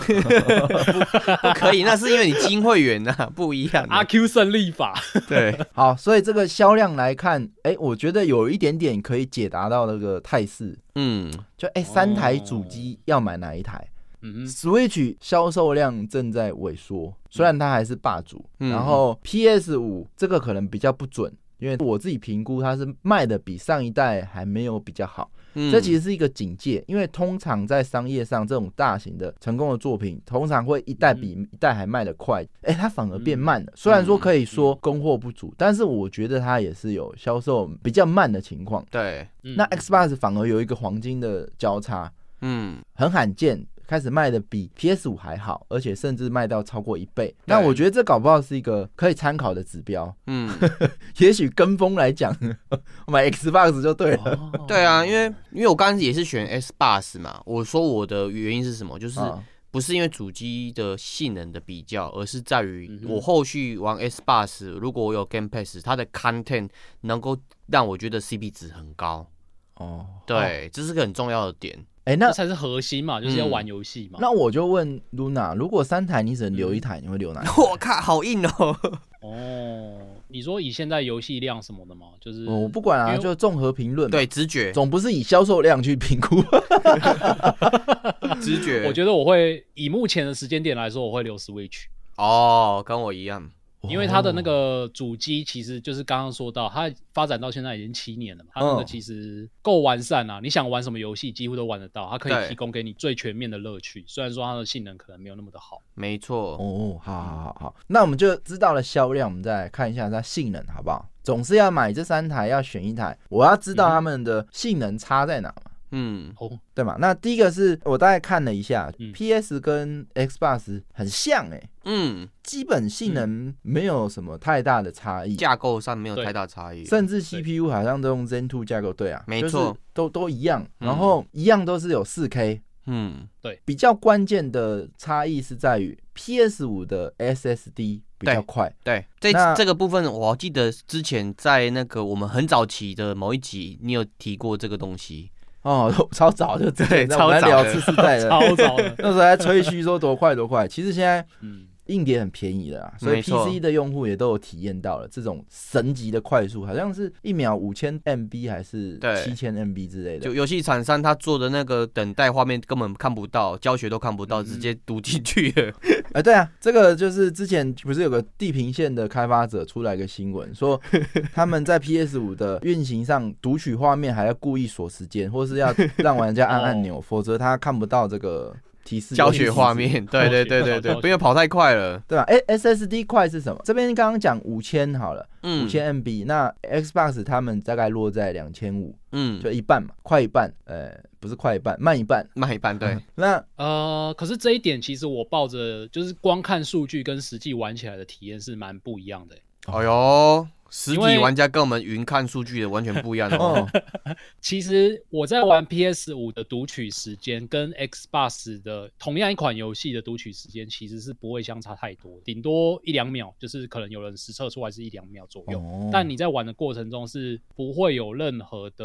S3: 可以，那是因为你金会员呐、 不一样、
S2: 阿
S3: 啊。
S2: Q 胜利法，
S3: 对，
S4: 好，所以这个销量来看，哎、我觉得有一点点可以解答到那个态势，
S3: 嗯，
S4: 就哎、三台
S2: 哦
S4: 主机要买哪一台？
S2: 嗯哼，
S4: Switch 销售量正在萎缩，虽然它还是霸主。
S3: 嗯
S4: 然后 PS 五这个可能比较不准，因为我自己评估它是卖的比上一代还没有比较好。
S3: 嗯
S4: 这其实是一个警戒，因为通常在商业上这种大型的成功的作品，通常会一代比
S3: 嗯
S4: 一代还卖得快。哎，它反而变慢了。虽然说可以说供货不足，但是我觉得它也是有销售比较慢的情况。
S3: 对，
S2: 嗯
S4: 那 Xbox 反而有一个黄金的交叉，
S3: 嗯
S4: 很罕见，开始卖的比 PS 五还好，而且甚至卖到超过一倍。
S3: 对
S4: 那我觉得这搞不好是一个可以参考的指标，
S3: 嗯，
S4: 也许跟风来讲， 我买 Xbox 就对了。
S2: 哦
S3: 对啊，因为因为我刚刚也是选 S bus 嘛，我说我的原因是什么，就是
S4: 啊
S3: 不是因为主机的性能的比较，而是在于
S2: 嗯哼
S3: 我后续玩 S bus，如果我有 Game Pass，它的 content 能够让我觉得 CP 值很高。
S4: 哦，
S3: 对，这是个很重要的点。
S4: 哎、那
S2: 这才是核心嘛，就是要
S3: 嗯
S2: 玩游戏嘛。
S4: 那我就问 Luna，如果三台你只能留一台，你会留哪一台？
S3: 我靠，好硬哦！
S2: 哦，你说以现在游戏量什么的吗？就是
S4: 我不管啊，
S2: 嗯因为
S4: 就综合评论。，
S3: 对，直 觉，
S4: 总不是以销售量去评估。
S3: 直觉，
S2: 我觉得我会以目前的时间点来说，我会留 Switch，
S3: 哦，跟我一样。
S2: 因为它的那
S4: 哦
S2: 个主机其实就是刚刚说到，它发展到现在已经七年了嘛，它那个
S4: 嗯
S2: 其实够完善啊，你想玩什么游戏几乎都玩得到，它可以
S3: 对
S2: 提供给你最全面的乐趣。虽然说它的性能可能没有那么的好，
S3: 没错，
S4: 哦，好好好好，那我们就知道了销量，我们再来看一下它性能好不好？总是要买这三台，要选一台，我要知道它们的性能差在哪嘛，
S3: 嗯
S2: 哦，
S4: 对吗？那第一个是我大概看了一下、
S2: 嗯
S4: p s 跟 Xbox 很像哎、
S3: 嗯，
S4: 基本性能没有什么太大的差异，
S3: 架构上没有
S2: 对
S3: 太大差异。
S4: 甚至 CPU 好像都用 Zen 2架构，对啊，
S3: 没
S4: 就是
S3: 错
S4: 都都一样，
S3: 嗯
S4: 然后一样都是有 4K，
S3: 嗯，
S4: 比较关键的差异是在于 PS 五的 SSD 比较
S3: 对
S4: 快。
S3: 对，这
S4: 那
S3: 这个部分我记得之前在那个我们很早期的某一集，你有提过这个东西。
S4: 哦，超早就之前
S3: 对
S4: 在我们在
S3: 超早
S4: 聊
S3: 的
S4: 次世代的，
S2: 超早的，
S4: 那时候还吹嘘说多快多快，其实现在
S2: 嗯，
S4: 硬碟很便宜的啦，所以
S3: 没错
S4: PC 的用户也都有体验到了这种神级的快速，好像是一秒五千 MB 还是
S3: 对
S4: 七千 MB 之类的
S3: 就。游戏厂商他做的那个等待画面根本看不到，教学都看不到，直接读进去了。
S4: 哎，对啊，这个就是之前不是有个地平线的开发者出来一个新闻， 说他们在 PS 五的运行上读取画面还要故意锁时间，或是要让玩家按按钮，否则他看不到这个提示
S3: 哦教学画面，对对对
S2: 教学
S3: 对对，
S2: 教学
S3: 不要跑太快了。
S4: 对吧？哎，SSD 快是什么？这边刚刚讲五千好了，
S3: 嗯
S4: 五千 MB，那 Xbox 他们大概落在两千五，
S3: 嗯
S4: 就，一半嘛，快一半，呃，不是快一半，慢一半。
S3: 慢一半，对，
S4: 那
S2: 呃，可是这一点其实我抱着就是光看数据跟实际玩起来的体验是蛮不一样的欸、
S3: 哎呦。实
S2: 因为
S3: 体玩家跟我们云看数据的完全不一样哦
S4: 哦。，
S2: 其实我在玩 PS 五的读取时间跟 Xbox 的同样一款游戏的读取时间其实是不会相差太多，顶多一两秒，就是可能有人实测出来是一两秒左右。
S4: 哦
S2: 但你在玩的过程中是不会有任何的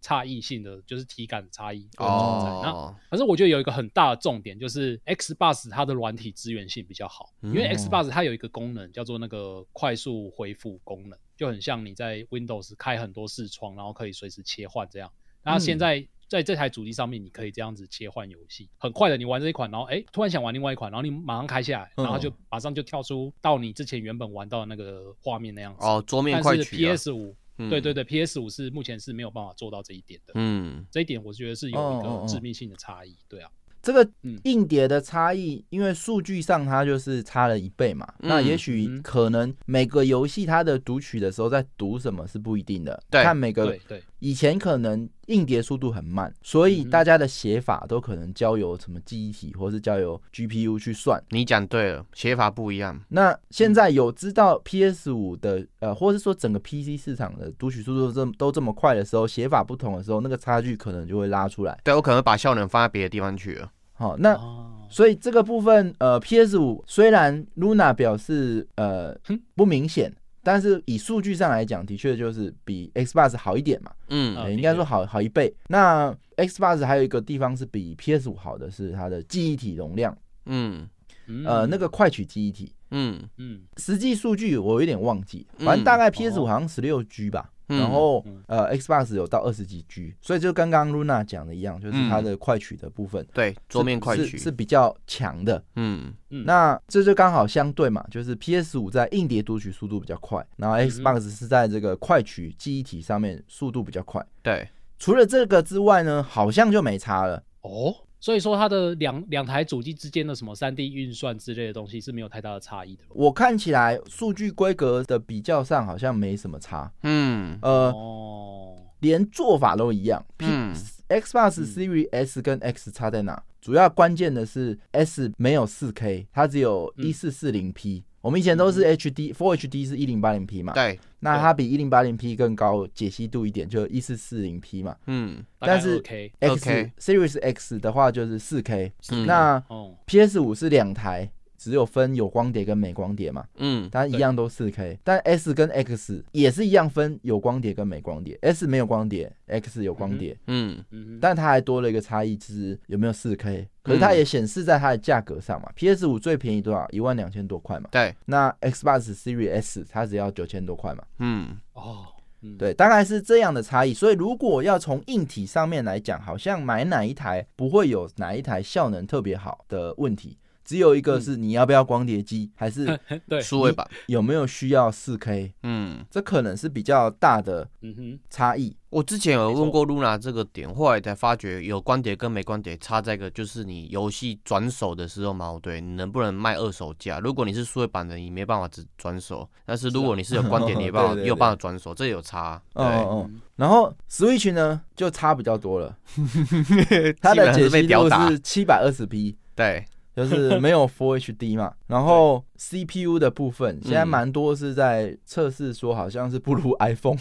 S2: 差异性的，就是体感的差异不会存在。那
S3: 哦，
S2: 可是我觉得有一个很大的重点，就是 Xbox 它的软体资源性比较好，因为
S4: 嗯
S2: Xbox 它有一个功能叫做那个快速恢复功
S3: 嗯
S2: 能，就很像你在 Windows 开很多视窗，然后可以随时切换这样。那现在在这台主机上面，你可以这样子切换游戏，很快的，你玩这一款，然后哎、突然想玩另外一款，然后你马上开下来，
S3: 嗯
S2: 然后就马上就跳出到你之前原本玩到的那个画面那样子。
S3: 哦，桌面快
S2: 但是
S3: 取啊，
S2: PS 五、
S3: 嗯
S2: 对对，对，PS 五是目前是没有办法做到这一点的。
S3: 嗯，
S2: 这一点我觉得是有
S4: 嗯
S2: 一个致命性的差异。对啊，
S4: 这个
S2: 嗯
S4: 硬碟的差异，因为数据上它就是差了一倍嘛。
S3: 嗯
S4: 那也许
S2: 嗯
S4: 可能每个游戏它的读取的时候在读什么是不一定的，
S3: 对
S4: 看每个
S2: 对对，
S4: 以前可能硬碟速度很慢，所以
S2: 嗯
S4: 大家的写法都可能交由什么记忆体或是交由 GPU 去算。
S3: 你讲对了，写法不一样，
S4: 那现在
S2: 嗯
S4: 有知道 PS 五的呃，或是说整个 PC 市场的读取速度这么都这么快的时候，写法不同的时候，那个差距可能就会拉出来。
S3: 对我可能把效能放在别的地方去了，
S4: 好、那
S2: 哦，
S4: 所以这个部分，呃，PS 五虽然 Luna 表示呃
S2: 哼
S4: 不明显，但是以数据上来讲，的确就是比 Xbox 好一点嘛，
S3: 嗯，
S2: 啊
S4: 呃
S2: 的
S4: 应该
S2: 确
S4: 说好好一倍。那 Xbox 还有一个地方是比 PS 五好的是它的记忆体容量，
S3: 嗯
S2: 嗯
S4: 呃，那个快取记忆体，
S3: 嗯
S2: 嗯，
S4: 实际数据我有点忘记，反正大概 PS 五好像十六 G 吧。
S3: 哦嗯
S4: 然后
S2: 嗯
S4: 呃，Xbox 有到二十几 G，所以就刚刚 Luna 讲的一样，就是它
S3: 嗯
S4: 的快取的部分，
S3: 对，桌面快
S4: 是
S3: 取
S4: 是，是比较强的。
S3: 嗯
S2: 嗯
S4: 那这就刚好相对嘛，就是 PS 五在硬碟读取速度比较快，然后
S2: 嗯
S4: Xbox 是在这个快取记忆体上面速度比较快。
S3: 对，
S4: 除了这个之外呢，好像就没差了。
S2: 哦，所以说它的两两台主机之间的什么三 D 运算之类的东西是没有太大的差异的咯。
S4: 我看起来数据规格的比较上好像没什么差，
S3: 嗯
S4: 呃，
S2: 哦，
S4: 连做法都一样。P
S3: 嗯
S4: Xbox
S2: 嗯
S4: Series S 跟 X 差在哪？主要关键的是 S 没有 4K，它只有
S2: 嗯
S4: 1440p。我们以前都是 HD Full HD 是 1080p 嘛，
S3: 嗯对，
S4: 那它比一零八零 P 更高解析度一点，就一四四零 P 嘛。
S3: 嗯
S4: 但是
S2: OK，
S4: X
S3: OK
S4: Series X 的话就是四 K，、
S3: 嗯
S4: 那
S2: 哦，
S4: PS 五是两台，只有分有光碟跟没光碟嘛，
S3: 嗯
S4: 它一样都四 K，但 S 跟 X 也是一样分有光碟跟没光碟，S 没有光碟，X 有光碟，
S3: 嗯
S2: 嗯哼，
S4: 但它还多了一个差异，就是有没有四 K，可是它也显示在它的价格上嘛、p s 五最便宜多少？一万两千多块嘛，
S3: 对，
S4: 那 Xbox Series S 它只要九千多块嘛。
S3: 嗯
S2: 哦，嗯，
S4: 对，大概是这样的差异。所以如果要从硬体上面来讲，好像买哪一台不会有哪一台效能特别好的问题，只有一个是你要不要光碟机，还是
S2: 对，
S3: 数位版，
S4: 有没有需要4 K，
S3: 嗯。
S4: 这可能是比较大的
S2: 嗯哼，
S4: 差异。
S3: 我之前有问过露娜这个点，后来才发觉有光碟跟没光碟差在一个，就是你游戏转手的时候嘛，哦对，你能不能卖二手价？如果你是数位版的，你没办法只转手；但是如果你是有 光碟，你也办法
S4: 啊对对对
S3: 也有办法转手，这有差。
S4: 哦
S3: 对，
S2: 嗯
S4: 哦，然后 Switch 呢就差比较多了，它
S3: 基本
S4: 的
S3: 上
S4: 解
S3: 是被
S4: 析
S3: 屌
S4: 度
S3: 打。
S4: 是七百二十 P，
S3: 对，
S4: 就是没有 Full HD 嘛。然后 CPU 的部分现在
S3: 嗯
S4: 蛮多是在测试说好像是不如 iPhone，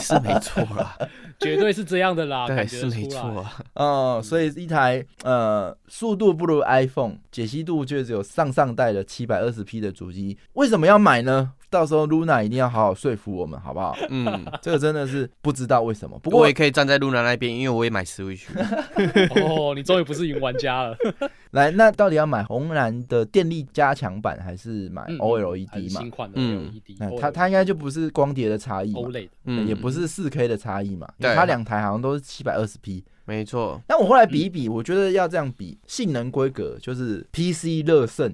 S3: 是没错 啦，
S2: 绝对是这样的啦，
S3: 对，
S2: 感觉
S3: 是
S2: 得
S3: 没
S2: 出来
S3: 错。啊。
S4: 哦，所以一台呃速度不如 iPhone，解析度却只有上上代的七百二十 P 的主机，为什么要买呢？到时候 Luna 一定要好好说服我们，好不好？
S3: 嗯，
S4: 这个真的是不知道为什么。不
S3: 不
S4: 过
S3: 过我也可以站在露娜那边，因为我也买 Switch。
S2: 哦，你终于不是云玩家 了，
S4: 来，那到底要买红蓝的电力加强版，还是买
S2: 嗯嗯还是 E
S4: OLED 嘛
S2: 新？款的
S3: 嗯
S2: LED，
S4: 那它它应该就不是光碟的差异嘛
S2: OLED，
S3: 嗯，
S4: 也不，是四 K 的差异嘛，因
S3: 对
S4: 为它两台好像都是七百二十 P。
S3: 没错。
S4: 但我后来比
S2: 嗯
S4: 一比，我觉得要这样比，性能规格就是 PC 热 胜。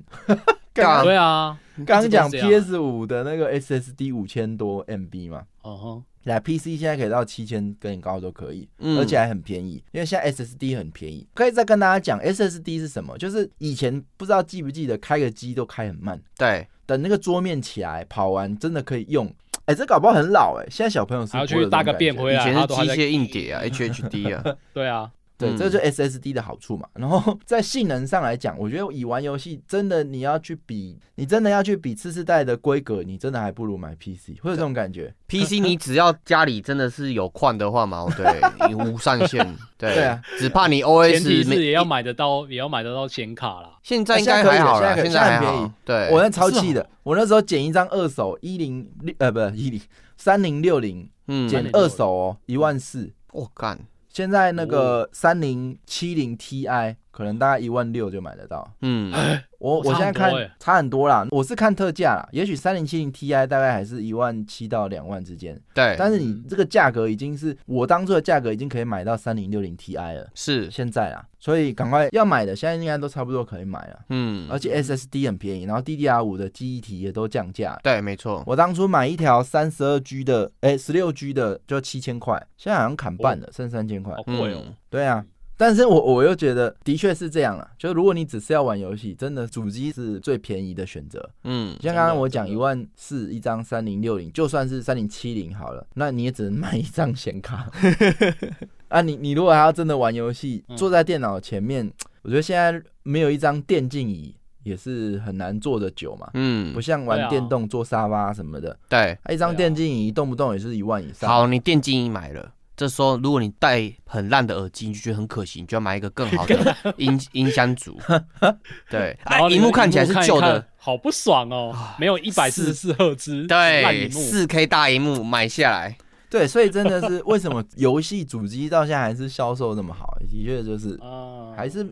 S3: 干
S2: 对啊，
S4: 刚刚讲
S2: 一直都是这样
S4: PS 五的那个 SSD 五千多 MB 嘛，
S2: 哦吼，
S4: 来 PC 现在可以到七千更高都可以，
S3: 嗯
S4: 而且还很便宜，因为现在 SSD 很便宜。可以再跟大家讲 SSD 是什么，就是以前不知道记不记得开个机都开很慢，
S3: 对，
S4: 等那个桌面起来跑完真的可以用。哎、这搞不好很老哎、现在小朋友是
S2: 还要
S4: 不会有
S2: 去
S4: 这种
S2: 大个
S4: 感
S2: 便
S4: 觉
S2: 回
S3: 以
S2: 来，
S3: 前
S2: 他
S3: 是
S2: 都
S3: 机
S2: 还在
S3: 械
S4: E
S3: 硬碟啊，HHD 啊。
S2: 对啊，
S4: 对，
S3: 嗯
S4: 这就 SSD 的好处嘛。然后在性能上来讲，我觉得以玩游戏真的你要去比，你真的要去比次世代的规格，你真的还不如买 PC，会有这种感觉。
S3: PC 你只要家里真的是有矿的话嘛，哦对， 你无上限，对，
S4: 对啊
S3: 只怕你
S2: 前提
S3: OS
S2: 是
S3: 没。
S2: 也要买得到，也要买得到显卡啦。
S3: 现在应该还好啦，
S4: 现在可以
S3: 现还
S4: 现在很便
S3: 好
S4: 宜，
S3: 对，
S4: 我那超气的，我那时候捡一张二手一零六呃不一零三零六零捡
S3: 嗯，
S2: 1060
S4: 二手哦一万四，
S3: 我干，
S4: 现在那个三零七零 Ti 可能大概一万六就买得到。
S3: 嗯，
S4: 我
S2: 哦差
S4: 我现在
S2: 很多
S4: 看
S2: 欸
S4: 差很多啦，我是看特价啦，也许三零七零 Ti 大概还是一万七到两万之间，
S3: 对，
S4: 但是你这个价格已经是我当初的价格已经可以买到三零六零 Ti 了，
S3: 是，
S4: 现在啦，所以赶快要买的，现在应该都差不多可以买了，
S3: 嗯，
S4: 而且 SSD 很便宜，然后 DDR 五的记忆体也都降价了。
S3: 对，没错，
S4: 我当初买一条三十二 G 的，哎，十六 G 的就七千块，现在好像砍
S3: 哦
S4: 半了，剩三千块
S2: 好。贵哦。
S3: 嗯，
S4: 对啊，但是我我又觉得的确是这样了，就是如果你只是要玩游戏，真的主机是最便宜的选择。
S3: 嗯，
S4: 像刚刚我讲
S2: 真
S4: 一
S2: 的
S4: 万四一张三零六零，就算是三零七零好了，那你也只能买一张显 卡。啊你，你如果还要真的玩游戏，
S2: 嗯
S4: 坐在电脑前面，我觉得现在没有一张电竞椅也是很难坐得久嘛，
S3: 嗯
S4: 不，像
S2: 对
S4: 玩
S2: 啊
S4: 电动坐沙发什么的，
S3: 对，
S4: 啊一张
S2: 对啊
S4: 电竞椅动不动也是啊一万以上。
S3: 好，你电竞椅买了。这时候，如果你戴很烂的耳机，你就觉得很可惜，你就要买一个更好 的音音箱组。对，
S2: 然
S3: 啊，
S2: 后你
S3: 荧
S2: 的
S3: 幕看起来是
S2: 一
S3: 旧
S2: 看
S3: 的，，啊
S2: 好不爽哦！没有一百四十四赫兹，烂
S3: 对，
S2: 荧幕，
S3: 四 K 大荧幕买下来，
S4: 对，所以真的是为什么游戏主机到现在还是销售那么好，的确就是
S2: 啊，
S4: 还是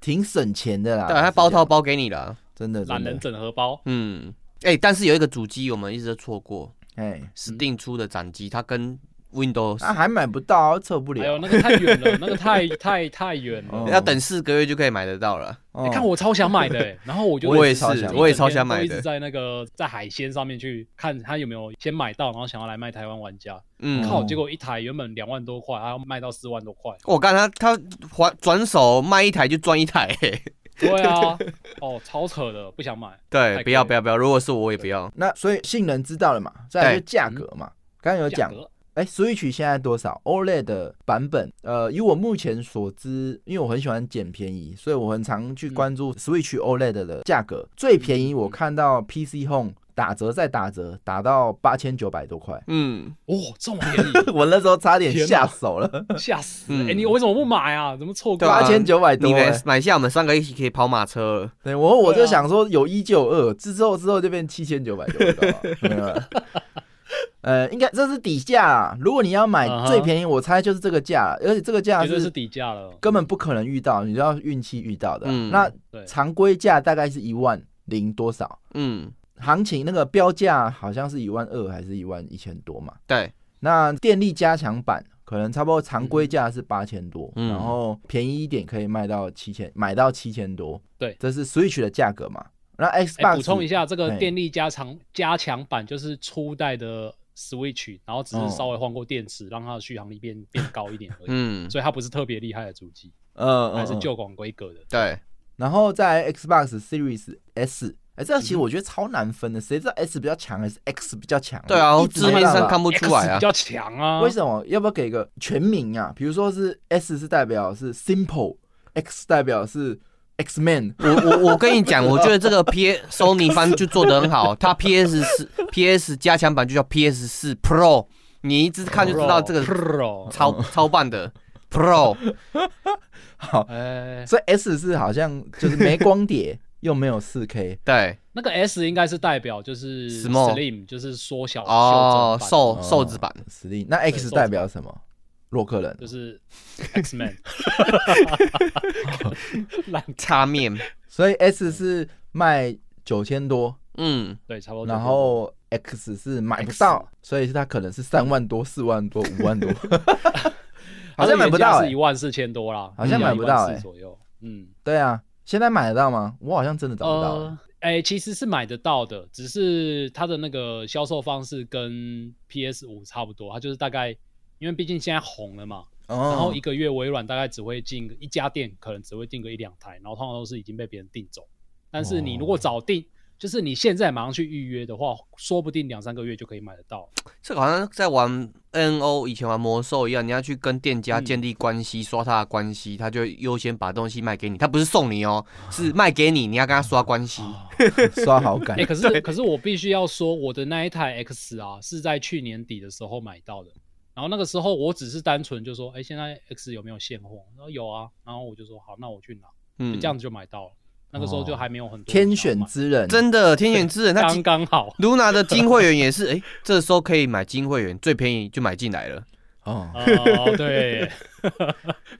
S4: 挺省钱啊的啦。
S3: 对，他
S4: 还
S3: 包套包给你了。
S4: 真的
S2: 懒
S4: 真
S2: 人
S4: 的，
S2: 整合包。
S3: 嗯，哎、但是有一个主机我们一直都错过
S4: 哎，
S3: ，Steam 出的掌机，它跟 Windows、
S4: 啊还买不到，测不
S2: 哎呦，
S4: 了。
S2: 那个太远了，那个太太太远了。
S4: 哦
S3: 要等四个月就可以买得到了。
S4: 哦
S2: 你看我超想买的欸，然后我就
S3: 我也
S4: 超想买
S3: 是，我也超想
S2: 我
S3: 买
S2: 一直
S3: 的。
S2: 在那个在海鲜上面去看他有没有先买到，然后想要来卖台湾玩家。
S3: 嗯，
S2: 靠，结果一台原本两万多块，他要卖到四万多块。
S3: 我刚他他还转手卖一台就赚一台、 嘿
S2: 对 啊，哦，超扯的，不想买。
S3: 对，
S2: 太
S3: 不要
S2: 贵
S3: 不要不要，如果是我我也不要。
S4: 那所以性能知道了嘛，再来就价格嘛。刚刚有
S2: 嗯价
S4: 讲，
S2: 格
S4: 哎，Switch 现在多少？OLED 的版本，呃，以我目前所知，因为我很喜欢捡便宜，所以我很常去关
S2: 嗯
S4: 注 Switch OLED 的价格。最便宜我看到 PC Home 打折再打折，打到八千九百多 块，
S3: 嗯，
S2: 哦，这么便宜，
S4: 我那时候差点
S2: 天哪
S4: 下手了，
S2: 吓死！
S3: 嗯
S2: 哎，你为什么不买啊？怎么错过
S3: 对啊
S4: 八
S2: 啊？
S4: 千九百多
S3: 你
S4: 哎、
S3: 买买下，我们三个一起可以跑马车了。
S4: 对我我
S2: 对
S4: 就
S2: 啊
S4: 想说有一就有二，之后之后就变七千九百多， 你知道吗没有啊呃，应该这是底价啦。如果你要买
S2: 嗯哼
S4: 最便宜，我猜就是这个价，而且这个价
S3: 啊
S2: 绝对是
S4: 是
S2: 底价了，
S4: 根本不可能遇到，你要运气遇到的。
S3: 嗯
S4: 那
S2: 对
S4: 常规价大概是一万零多少，
S3: 嗯，
S4: 行情那个标价好像是一万二还是一万一千多嘛？
S3: 对，
S4: 那电力加强版可能差不多常规价是八千多，
S3: 嗯
S4: 然后便宜一点可以卖到七千，买到七千多。
S2: 对
S4: 这是 Switch 的价格嘛？那
S2: 哎，
S4: Xbox
S2: 补充一下，这个
S4: 哎
S2: 电力加强加强版就是初代的 Switch，然后只
S4: 哦
S2: 是稍微换过电池，让它的续航力变变高一点而已。
S3: 嗯 嗯，
S2: 所以它不是特别厉害的主机，
S4: 呃，
S2: 还是
S4: 嗯嗯
S2: 旧款规格的。
S3: 对，
S4: 然后在 Xbox Series S，哎、
S2: 嗯
S4: 这其实我觉得超难分的，谁知道 S 比较强还是 X 比较强？
S3: 对啊，
S4: 一直
S3: 字面
S4: 没办
S3: 上
S4: 法
S3: 看不出来
S2: X
S3: 啊
S2: 比。较强啊。
S4: 为什么？要不要给个全名啊？比如说是 S 是代表是 Simple，X 代表是 X Man，
S3: 我我我跟你讲，我觉得这个 P Sony 方就做得很好，它 PS 四 PS 加强版就叫 PS 四 Pro，你一直看就知道这个
S2: Pro，嗯
S3: 超超棒的 Pro，
S2: 哎，
S4: 所以 S 是好像就是没光 碟又没有 4K，
S3: 对，
S2: 那个 S 应该是代表就是
S3: Small
S2: Slim，就是缩小
S3: 哦，
S2: 修正版
S3: 瘦瘦子版，
S4: 实力。那 X 代表什么？洛克人
S2: 就。是 X Man，烂
S3: 擦面，
S4: 所以 S 是卖九千多，
S3: 嗯，
S2: 对，差不哦多就可以。
S4: 然后 X 是买不到，所以它可能是三万多、四万多、五 万多，好像买不到、
S2: 它的原价是一
S4: 欸。
S2: 万四千多啦，
S4: 好像买不到
S2: 哎
S4: 欸
S2: 左右，嗯，
S4: 对啊，现在买得到吗？我好像真的找不到、欸。
S2: 呃，哎、其实是买得到的，只是它的那个销售方式跟 PS 五差不多，它就是大概，因为毕竟现在红了嘛，然后
S4: 哦
S2: 一，个月微软大概只会进一家店，可能只会订个一两台，然后通常都是已经被别人订走。但是你如
S4: 哦
S2: 果早订，就是你现在马上去预约的话，说不定两三个月就可以买得到。
S3: 这个好像在玩 N O 以前玩魔兽一样，你要去跟店
S2: 嗯
S3: 家建立关系，刷他的关系，他就会优先把东西卖给你，他不是送你哦，是卖给你，你要跟他刷关系。
S2: 哦
S4: 哦 刷好感
S2: 哎、。可是可是我必须要说，我的那一台 X 啊，是在去年底的时候买到的。然后那个时候我只是单纯就说，哎、现在 X 有没有现货？然后有啊，然后我就说好，那我去拿，
S3: 嗯
S2: 就这样子就买到了。那个时候就还没有很多人
S4: 哦天
S2: 想要
S4: 选
S2: 买
S4: 之人，
S3: 真的天选之人，他
S2: 刚刚好，
S3: Luna 的金会员也是，哎、这时候可以买金会员，最便宜就买进来了。
S4: 哦，
S2: 哦，对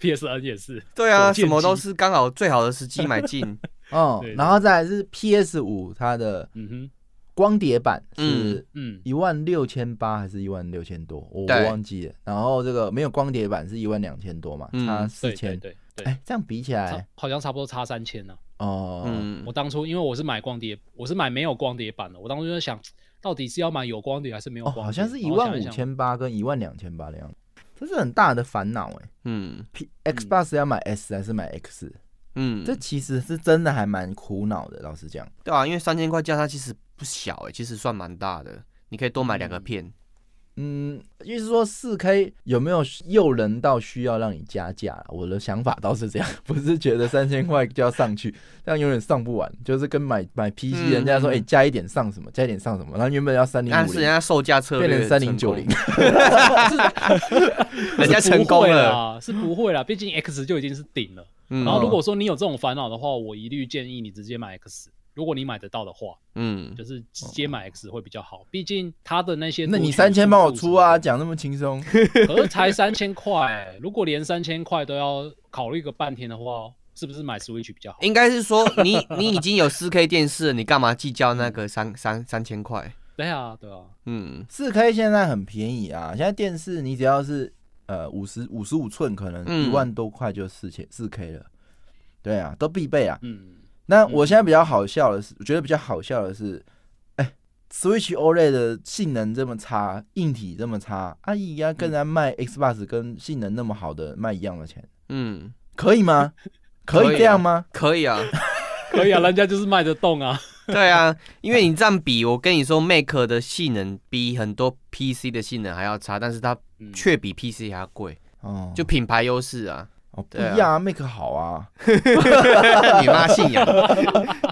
S2: ，PSN 也是，
S3: 对啊，
S2: 火箭
S3: 什么都
S2: 机
S3: 是刚好最好的时机买 进。
S4: 哦
S2: 对，对
S4: 然后再来是 PS 五，它的
S2: 嗯哼，
S4: 光碟版是
S2: 嗯，
S4: 一万六千八还是一万六千多，我我
S3: 对
S4: 忘记了。然后这个没有光碟版是一万两千多嘛，
S3: 嗯
S4: 差四
S2: 对对
S4: 千。
S2: 对对，
S4: 哎，这样比起
S2: 差
S4: 来，
S2: 好像差不多差三千呢。
S4: 哦，
S3: 嗯
S2: 我，当初因为我是买光碟，我是买没有光碟版的，我当初就在想，到底是要买有光碟还是没有
S4: 哦，
S2: 光碟？
S4: 好像是一
S2: 然后
S4: 万
S2: 想
S4: 五
S2: 想，
S4: 千八跟一万两千八的样子，这是很大的烦恼哎。
S3: 嗯
S4: P Xbox 要买 S 还是买 X？
S3: 嗯，
S4: 这其实是真的还蛮苦恼的，老实讲。
S3: 对啊，因为三千块价差其实不小哎、其实算蛮大的，你可以多买两个片。
S4: 嗯，意思说四 K 有没有诱人到需要让你加价啊？我的想法倒是这样，不是觉得三千块就要上去，这样永远上不完，就是跟买买 PC，、
S3: 嗯
S4: 人家说
S3: 嗯
S4: 哎、加一点上什么，加一点上什么，然后原本要三零
S3: 但
S4: 五
S3: 是人
S4: 零，
S3: 家售价策略
S4: 变成三零九
S3: 成
S4: 零
S3: 功，人家成 功
S2: 是不
S3: 了。
S2: 会啦，是不会啦，毕竟 X 就已经是顶了。
S3: 嗯
S2: 然后如果说你有这种烦恼的话，我一律建议你直接买 X。如果你买得到的话，
S3: 嗯，
S2: 就是直接买 X 会比较好，毕竟它的那些
S4: 那你
S2: 读取
S4: 三千帮我
S2: 速度
S4: 出啊，
S2: 什么
S4: 讲那么轻松，
S2: 的，可是才三千块， 如果连三千块都要考虑个半天的话，是不是买 Switch 比较好？
S3: 应该是说你 你已经有四 K 电视了，你干嘛计较那个三三三千块？
S2: 对啊，对啊，
S3: 嗯
S4: 四 K 现在很便宜啊，现在电视你只要是呃五十五十五寸，可能
S3: 嗯
S4: 一万多块就四千四 K 了，对啊，都必备啊。
S2: 嗯，
S4: 那我现在比较好笑的是，我觉得比较好笑的是，哎、s w i t c h OLED E 的性能这么差，硬体这么差，阿姨呀跟人家卖 Xbox 跟性能那么好的卖一样的钱，
S3: 嗯，
S4: 可以吗？
S3: 可以啊
S4: 可以这样吗？
S3: 可以啊，
S2: 可以啊，人家就是卖得动啊。
S3: 对啊，因为你这样比，我跟你说，Mac 的性能比很多 PC 的性能还要差，但是它
S2: 嗯
S3: 却比 PC 还要贵，
S4: 哦，
S3: 就品牌优势啊！
S4: 哦不一
S3: 对啊
S4: 样啊，Make 好啊，
S3: 你妈信 仰，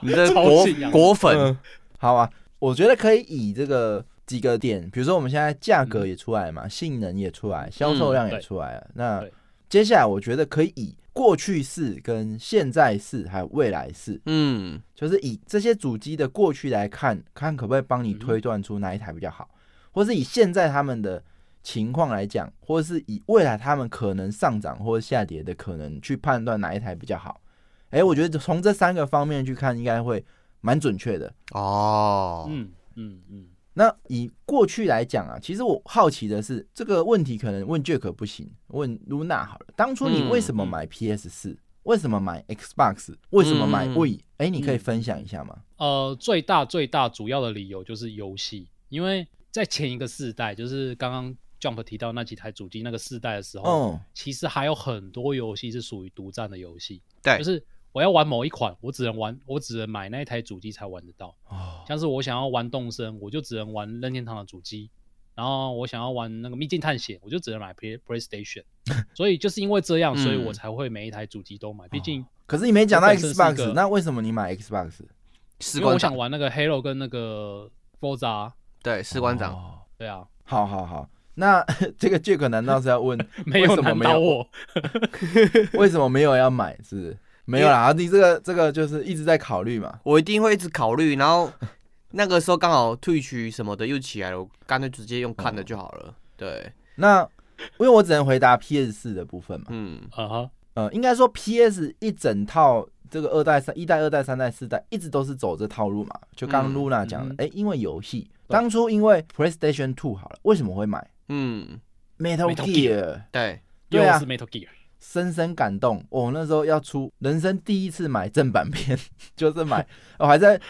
S3: 你的
S2: 超
S3: 国
S2: 信仰
S3: 国粉，
S4: 好啊，我觉得可以以这个几个点，比如说我们现在价格也出来
S3: 嗯
S4: 嘛，性能也出来，销售量也出来了。那
S2: 对
S4: 接下来我觉得可以以过去式、跟现在式还有未来式，
S3: 嗯
S4: 就是以这些主机的过去来看，看可不可以帮你推断出哪一台比较好，或是以现在他们的情况来讲，或是以未来他们可能上涨或者下跌的可能去判断哪一台比较好。哎、我觉得从这三个方面去看，应该会蛮准确的。
S3: 哦，
S2: 嗯嗯嗯，
S4: 那以过去来讲啊，其实我好奇的是，这个问题可能问 Jack 不行，问 Luna 好了。当初你为什么买 PS 四、为什么买 Xbox？为什么买
S3: 嗯
S4: We？哎、你可以
S2: 嗯
S4: 分享一下吗？
S2: 呃，最大最大主要的理由就是游戏，因为在前一个世代，就是刚刚 Jump 提到那几台主机那个世代的时候，
S4: 哦，
S2: 其实还有很多游戏是属于独占的游戏，
S3: 对
S2: 就是我要玩某一款，我只能玩，我只能买那一台主机才玩得到。
S4: 哦，
S2: 像是我想要玩动森，我就只能玩任天堂的主机；然后我想要玩那个秘境探险，我就只能买 Play PlayStation。所以就是因为这样，所以我
S3: 嗯
S2: 才会每一台主机都买，毕竟
S4: 哦可是你没讲到
S2: 我本身是
S4: Xbox，
S2: 个
S4: 那为什么你买 Xbox？
S3: 士
S2: 因为
S3: 官
S2: 我想
S3: 长，
S2: 玩那个 Halo 跟那个 Forza。
S3: 对，士官长，
S4: 哦，
S2: 对啊，
S4: 好好好，那 这个 Jack 难道是要问
S2: 没有
S4: 为什么
S2: 难
S4: 没
S2: 倒
S4: 有？
S2: 我。
S4: 为什么没有要买？是不是没有啦，你这个这个就是一直在考虑嘛。
S3: 我一定会一直考虑，然后那个时候刚好退取什么的又起来了，我干脆直接用看的就好
S2: 哦
S3: 了。对，
S4: 那因为我只能回答 PS 四的部分嘛。
S3: 嗯
S2: 啊哈，
S4: 呃，应该说 PS 一整套这个二代、三一代、二代、三代、四代一直都是走这套路嘛。就刚
S3: 嗯
S4: Luna 讲的
S2: 嗯，
S4: 哎、因为游戏
S2: 对
S4: 当初因为 PlayStation Two 好了，为什么会买
S3: 嗯，
S4: Metal
S2: Metal
S4: Gear？
S3: 对，
S2: 又
S4: 对啊
S2: 是 Metal Gear。
S4: 深深感动。我、那时候要出人生第一次买正版片， 就是买，我还在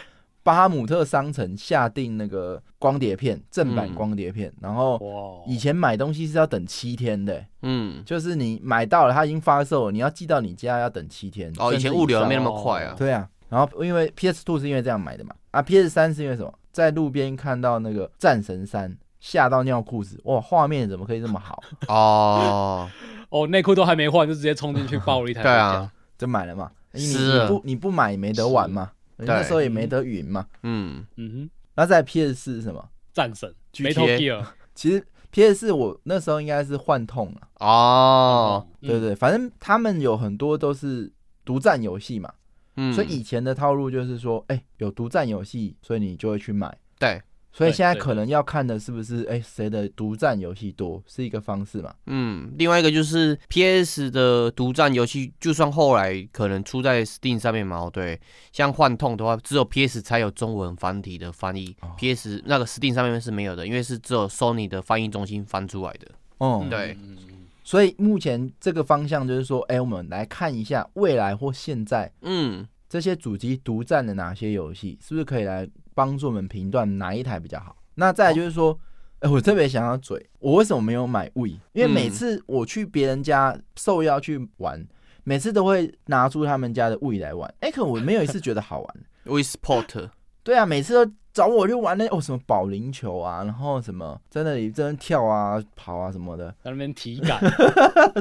S4: 巴哈姆特商城下订那个光碟片，正版
S3: 嗯哦
S4: 光碟片。然后
S2: 哇，
S4: 以前买东西是要等七天的、
S3: 嗯，
S4: 就是你买到了，它已经发售了，你要寄到你家要等七天。
S3: 哦，以
S4: 甚
S3: 前
S4: 至
S3: 物流
S4: 上
S3: 没那么快啊。
S4: 对啊，然后因为 PS Two 是因为这样买的嘛，啊 PS 三是因为什么？在路边看到那个战神三，吓到尿裤子，哇，画面怎么可以这么好？
S3: 哦，
S2: 哦，内裤都还没换，就直接冲进去爆了 一台。
S3: 对啊，，
S4: 就买了嘛。你
S3: 是
S4: 你不你不买也没得玩嘛，
S3: 是
S4: 那时候也没得云嘛。
S3: 嗯
S2: 嗯哼，
S4: 那在 PS 四是什么？
S2: 战神
S3: GTA
S2: Metal Gear。
S4: 其实 PS 四我那时候应该是幻痛了，
S3: 哦，
S2: 嗯
S4: 对不对？反正他们有很多都是独占游戏嘛，
S3: 嗯，
S4: 所以以前的套路就是说，哎、有独占游戏，所以你就会去买。
S3: 对，
S4: 所以
S2: 对
S4: 现在
S2: 对
S4: 可能要看的是不是哎谁的独占游戏多，是一个方式嘛？
S3: 嗯，另外一个就是 PS 的独占游戏，就算后来可能出在 Steam 上面嘛，哦对，像幻痛的话，只有 PS 才有中文繁体的翻译、
S4: 哦
S3: p s 那个 Steam 上面是没有的，因为是只有 Sony 的翻译中心翻出来的。
S4: 嗯，
S3: 对
S2: 嗯嗯嗯
S4: 所以目前这个方向就是说，哎、我们来看一下未来或现在
S3: 嗯，
S4: 这些主机独占的哪些游戏，是不是可以来帮助我们评断哪一台比较好？那再
S3: 哦
S4: 来就是说，哎、我特别想要嘴，我为什么没有买 We？因为
S3: 嗯
S4: 每次我去别人家受邀去玩，每次都会拿出他们家的 We 来玩，哎、可我没有一次觉得好玩。
S3: w i s p o r t
S4: 对啊，每次都找我去玩那哦什么保龄球啊，然后什么在那里在那跳啊、跑啊什么的，
S2: 在那边体感，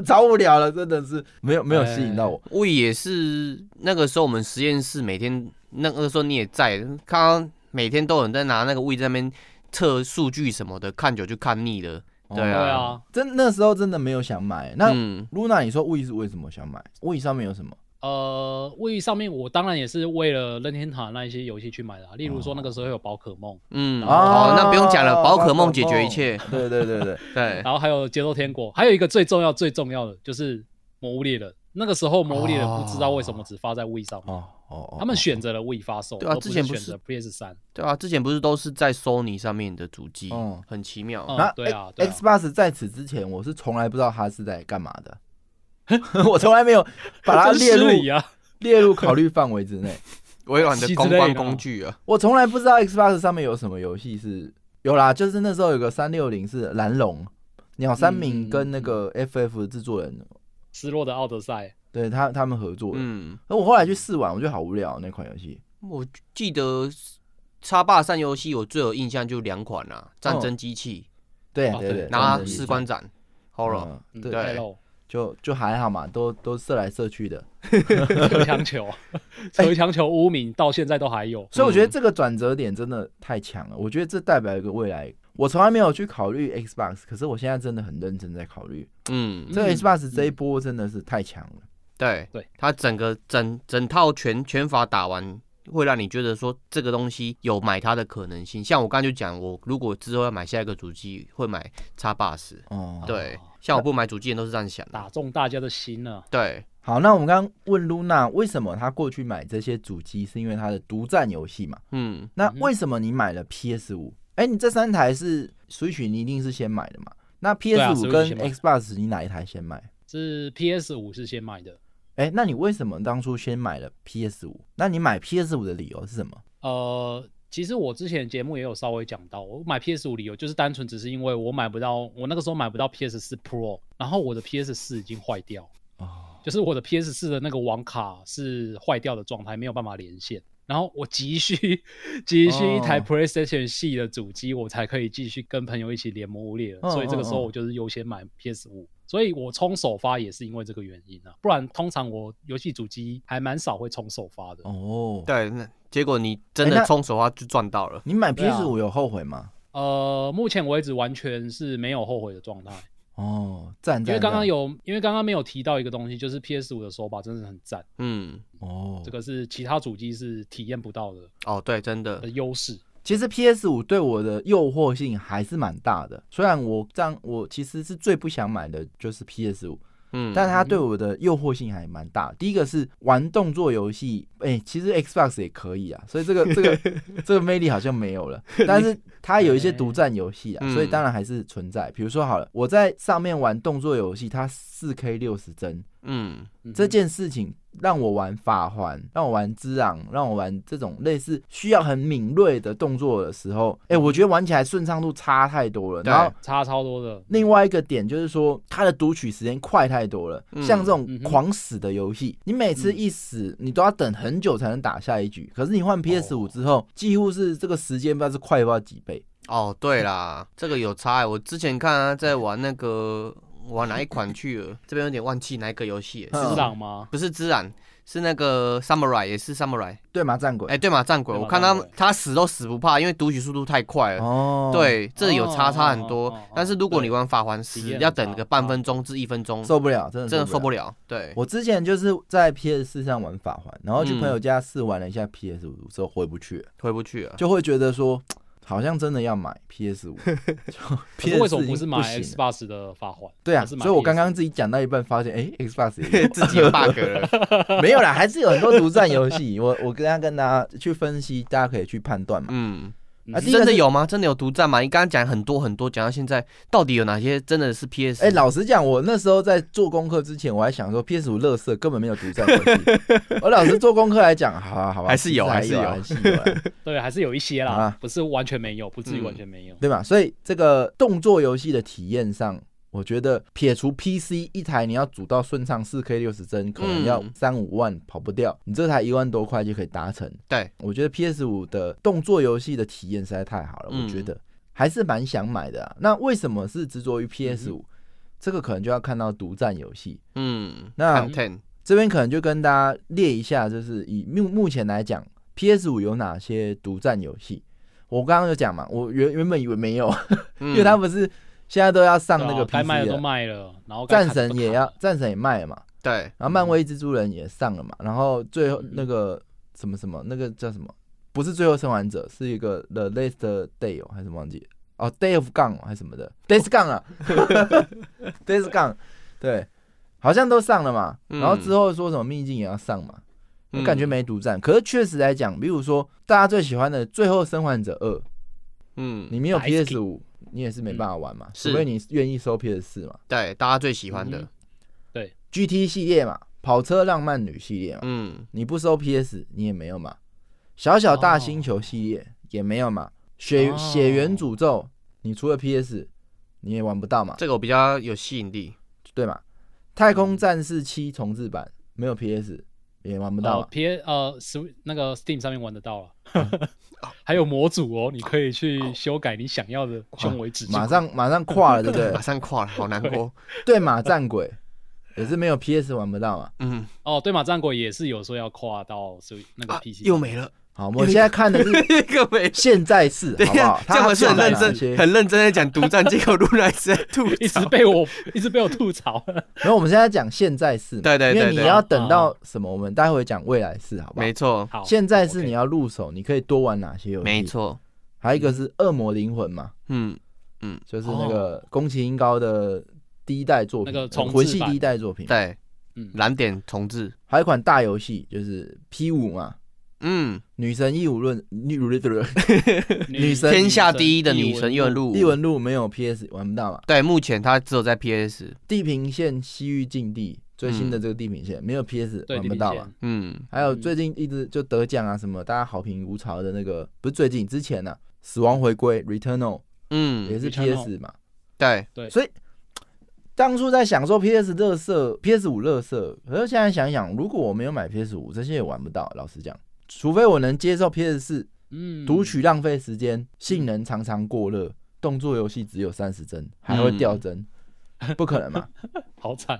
S4: 找不了了，真的是没有没有吸引到我。
S3: 我也是那个时候我们实验室每天那个时候你也在，看到每天都有人在拿那个位在那边测数据什么的，看久就看腻了。对
S2: 对
S3: 啊
S2: 啊，
S4: 哦真那时候真的没有想买。那
S3: 嗯，
S4: 露娜，你说 We 是为什么想买？We 上面有什么？
S2: 呃，位上面我当然也是为了任天堂那一些游戏去买的啊、例如说
S4: 哦
S2: 那个时候有宝可梦，
S3: 嗯，
S4: 哦
S3: 好，那不用讲了，宝可梦解决一切。
S4: 对对对 对，
S3: 对，
S2: 然后还有节奏天国，还有一个最重要最重要的就是魔物猎人。那个时候魔物猎人不知道为什么只发在 w 上面，
S4: 哦哦哦，
S2: 他们选择了 w 发售，
S3: 对啊
S2: 而不
S3: 之
S2: 是
S3: 前不
S2: 选
S3: 是
S2: 择 PS 三。
S3: 对啊，之前不是都是在 Sony 上面的主机
S4: 嗯，
S3: 很奇妙。
S2: 嗯
S4: 那
S2: 对啊
S4: X-
S2: 对啊
S4: Xbox 在此之前，我是从来不知道它是在干嘛的， 我从来没有把它
S2: 真
S4: 列入
S2: 失礼啊！
S4: 列入考虑范围之内。
S3: 微软
S2: 的
S3: 的
S2: 公
S3: 公
S2: 关
S3: 关
S2: 工
S3: 工具啊，
S4: 我从来不知道 Xbox 上面有什么游戏是有啦，就是那时候有个三六零是蓝龙鸟三明跟那
S3: 嗯
S4: 个 FF 的制作人，
S2: 失落的奥德赛，
S4: 对他他们合作的。
S3: 嗯，
S4: 而我后来去试玩，我觉得好无聊那款游戏。
S3: 我记得插霸三游戏我最有印象就两款啦、战争机器，
S4: 对
S2: 哦
S4: 对
S2: 对
S4: 对，
S3: 拿
S4: 真的是
S3: 士官斩，Horror，
S4: 嗯
S2: 嗯
S4: 对，
S3: 对
S2: 太肉，
S4: 就就还好嘛，都都射来射去的。
S2: 车枪 球，
S3: 哎
S2: 车枪球污名到现在都还有。
S4: 所以我觉得这个转折点真的太强了，我觉得这代表一个未来。我从来没有去考虑 Xbox，可是我现在真的很认真在考虑。
S3: 嗯，
S4: 这个
S2: 嗯
S4: Xbox 这一波真的是太强了。
S3: 对，
S2: 对，
S3: 它整个整整套拳拳法打完。会让你觉得说这个东西有买它的可能性，像我刚才就讲，我如果之后要买下一个主机，会买叉 b 十。
S4: 哦，
S3: 对，像我不买主机，人都是这样想的。
S2: 打中大家的心啊了。
S3: 对，
S4: 好，那我们刚刚问露娜，为什么她过去买这些主机，是因为她的独占游戏嘛？
S3: 嗯，
S4: 那
S2: 嗯哼
S4: 为什么你买了 PS 五？哎，你这三台是 Switch，你一定是先买的嘛？那 PS 五
S2: 啊 Switch
S4: 跟
S2: 先买
S4: Xbox 你哪一台先买？
S2: 是 PS 五是先买的，
S4: 哎，那你为什么当初先买了 PS 五？那你买 PS 五的理由是什么？
S2: 呃，其实我之前节目也有稍微讲到，我买 PS 五理由就是单纯只是因为我买不到，我那个时候买不到 PS 四 Pro，然后我的 PS 四已经坏掉，
S4: 哦，
S2: 就是我的 PS 四的那个网卡是坏掉的状态，没有办法连线。然后我急需急需一台
S4: 哦
S2: PlayStation 系的主机，我才可以继续跟朋友一起连《魔物猎人》
S4: 嗯
S2: 所以这个时候
S4: 嗯嗯
S2: 我就是优先买 PS 五。所以我冲首发也是因为这个原因啊，不然通常我游戏主机还蛮少会冲首发的。
S4: 哦，
S2: 啊
S3: 对，那结果你真
S4: 哎
S3: 的
S4: 那
S3: 冲手的话就赚到了。
S4: 你买
S2: 对啊
S4: PS 五有后悔吗？
S2: 呃，目前为止完全是没有后悔的状态，
S4: 哦，赞
S2: 因
S4: 赞，
S2: 为刚刚
S4: 赞
S2: 有，因为刚刚没有提到一个东西，就是 PS 五的手把真的很赞，
S3: 嗯，
S4: 哦，
S2: 这个是其他主机是体验不到的
S3: 哦，对，真的
S2: 的，优势。嗯
S4: 其实 PS 五对我的诱惑性还是蛮大的，虽然我这样我其实是最不想买的就是 PS 五，
S3: 嗯，
S4: 但它对我的诱惑性还蛮大。第一个是玩动作游戏，哎、其实 Xbox 也可以啊，所以这个这 个这个魅力好像没有了。但是它有一些独占游戏啊，
S3: 嗯
S4: 所以当然还是存在。比如说好了，我在上面玩动作游戏，它四 K 六十帧
S3: 嗯
S2: 嗯哼
S4: 这件事情。让我玩法环，让我玩之昂，让我玩这种类似需要很敏锐的动作的时候，哎、我觉得玩起来顺畅度差太多了。
S3: 嗯对
S4: 然后
S2: 差超多的，
S4: 另外一个点就是说，它的读取时间快太多了。
S3: 嗯
S4: 像这种
S2: 嗯哼
S4: 狂死的游戏，你每次一死，你都要等很久才能打下一局。可是你换 PS 五之后，几乎是这个时间不知道是快不知道几倍。
S3: 哦，对啦，这个有差、欸。我之前看他在玩那个玩哪一款去了，这边有点忘记哪一个游戏、欸，
S4: 嗯
S2: 是
S3: 是
S2: 朗吗？
S3: 不是孜然？是那个 Samurai，也是 Samurai。
S4: 对吗？战鬼？
S3: 哎、对嘛，战鬼，
S2: 对嘛
S3: 我看他
S2: 战鬼
S3: 他死都死不怕，因为读取速度太快了。
S4: 哦，，
S3: 哎对，这有差
S2: 哦
S3: 差很多。
S2: 哦哦哦
S3: 但是如果
S2: 对
S3: 你玩法环
S2: 体
S3: 死
S2: 验，很
S3: 要等
S2: 差哦
S3: 个半分钟至一分钟，
S4: 受不了，真的
S3: 真的受不
S4: 了。
S3: 了。对，
S4: 我之前就是在 PS 四上玩法环，然后去
S3: 嗯
S4: 朋友家试玩了一下 PS 五之后回不去了，
S3: 回不去了。
S4: 就会觉得说。好像真的要买 PS 五
S2: 可
S4: ，PS
S2: 是
S4: 五
S2: 为什么不是买 X
S4: X 八？
S2: Box 的发环？
S4: 对啊，
S2: 而是买
S4: 所以我刚刚
S2: PS
S4: 自己讲到一半，发现哎，Xbox 也有
S3: 自己 bug 了。
S4: 没有啦，还是有很多独占游戏。我我跟大家跟大家去分析，大家可以去判断嘛。
S3: 嗯，
S2: 嗯
S4: 啊，第一
S3: 真
S4: 个
S3: 的
S4: 是。
S3: 有吗？真的有独占吗？你刚刚讲很多很多，讲到现在，到底有哪些真的是 PS？
S4: 哎、老实讲，我那时候在做功课之前，我还想说 PS 五乐色根本没有独占游 戏。我老实做功课来讲，好啊，好吧，
S3: 还是有
S4: 其实还是有，还
S3: 还
S4: 是有啊，
S2: 对，还是有一些啦
S4: 啊，
S2: 不是完全没有，不至于完
S3: 嗯
S2: 全没有。
S4: 对吧？所以这个动作游戏的体验上，我觉得撇除 PC 一台，你要组到顺畅四 K 六十帧，可能要
S3: 嗯
S4: 三五万跑不掉，你这台一万多块就可以达成。
S3: 对，
S4: 我觉得 PS 五的动作游戏的体验实在太好了，
S3: 嗯
S4: 我觉得还是蛮想买的、啊。那为什么是执着于 PS 五、这个可能就要看到独占游戏。
S3: 嗯，
S4: 那
S3: content
S4: 这边可能就跟大家列一下，就是以目目前来讲，PS 五有哪些独占游戏？我刚刚有讲嘛，我原原本以为没有，
S3: 嗯
S4: 因为它不是现在都要上
S2: 嗯对
S4: 那
S2: 啊
S4: 个
S2: 该
S4: PC
S2: 卖的都
S4: 了，
S2: 卖了，然后该
S4: 战
S2: 砍的
S4: 神
S2: 都
S4: 也
S2: 砍
S4: 要
S2: 了，
S4: 战神也卖了嘛，
S3: 对
S4: 然后漫威蜘蛛人也上了嘛，然后最后
S2: 嗯
S4: 那个什么什么那个叫什么，不是最后生还者，是一个 The Last Day 哦，还是什么忘记哦，Day of Gun 哦还是什么的，Days Gun 啊，Days Gun，对，好像都上了嘛，
S3: 嗯
S4: 然后之后说什么秘境也要上嘛，
S3: 嗯
S4: 我感觉没独占，可是确实来讲，比如说大家最喜欢的《最后生还者二》，
S3: 嗯，
S4: 你没有
S2: Nice
S4: PS 五，你也是没办法玩嘛，
S3: 是
S4: 除非你愿意收 PS 四嘛
S3: 对大家最喜欢的，
S4: ，GT 系列嘛，跑车浪漫女系列嘛。
S3: 嗯
S4: 你不收 PS，你也没有嘛。小小大星球系列也没有嘛。血、
S2: 哦
S4: 血缘诅咒，你除了 PS，你也玩不到嘛，
S3: 这个我比较有吸引力。
S4: 对嘛？太空战士七重置版没有 PS 也玩不到
S2: 呃
S3: 哦
S4: 嘛。
S2: ，P 呃 s 那个 Steam 上面玩得 到了，还有模组哦，你可以去修改你想要的胸围尺寸。
S4: 马 上马上跨了，对不
S3: 马
S4: 对？
S3: 上跨了，好难过。
S4: 对马战鬼也是没有 PS 玩不到嘛。
S3: 嗯，
S2: 哦，对马战国也是有说要跨到所以那个
S3: 啊
S2: PC，
S3: 又没了，
S4: 好，我们现在看的是
S3: 又没了。
S4: 现在 式，
S3: 等一
S4: 好不
S3: 下
S4: 好？，
S3: 这样我是很认
S4: 它还
S3: 真、很认真在讲独占，结果露娜 一直在吐
S2: 一直
S3: 槽。
S2: 被我一直被我吐槽。
S4: 没有，我们现在讲现在式嘛，
S3: 对对对
S4: 因为
S3: 对
S4: 你要等
S2: 哦
S4: 到什么？我们待会讲未来式，好不好
S3: 没？错，
S2: 好，
S4: 现在是
S2: OK
S4: 你要入手，你可以多玩哪些游戏？
S3: 没，错，
S4: 还有一个是《恶魔灵魂》嘛，
S3: 嗯，
S4: 就是那个宫崎英高的第一代作品，呃
S2: 哦那个重置版
S4: 魂系第一代作品。
S3: 对，
S2: 嗯
S3: 蓝点重置，
S4: 还有一款大游戏就是 P 五嘛，
S3: 嗯，
S4: 《女神异闻 论》女女神
S3: 天下第一的女神
S2: 异
S3: 异闻录，
S4: 异闻录没有 PS 玩不到嘛，《
S3: 对，目前它只有在 PS，
S4: 地平线：西域禁地》最新的这个地平线没有 PS
S2: 对
S4: 玩
S2: 地
S4: 不
S2: 平
S4: 到
S2: 线
S4: 嘛。，
S3: 嗯，
S4: 还有最近一直就得奖啊什么，大家好评如潮的那个，不是最近之前呢，《死亡回归》（Returnal） 也
S3: 嗯，
S4: 是
S2: Returnal
S4: PS 嘛，
S3: 对，
S4: 所以当初在想说 PS 乐色、PS 五乐色，可是现在想一想，如果我没有买 PS 五，这些也玩不到。老实讲，除非我能接受 PS 四
S2: 嗯
S4: 读取浪费时间，性能常常过热，动作游戏只有三十帧，还会掉帧，不可能嘛？
S2: 好惨，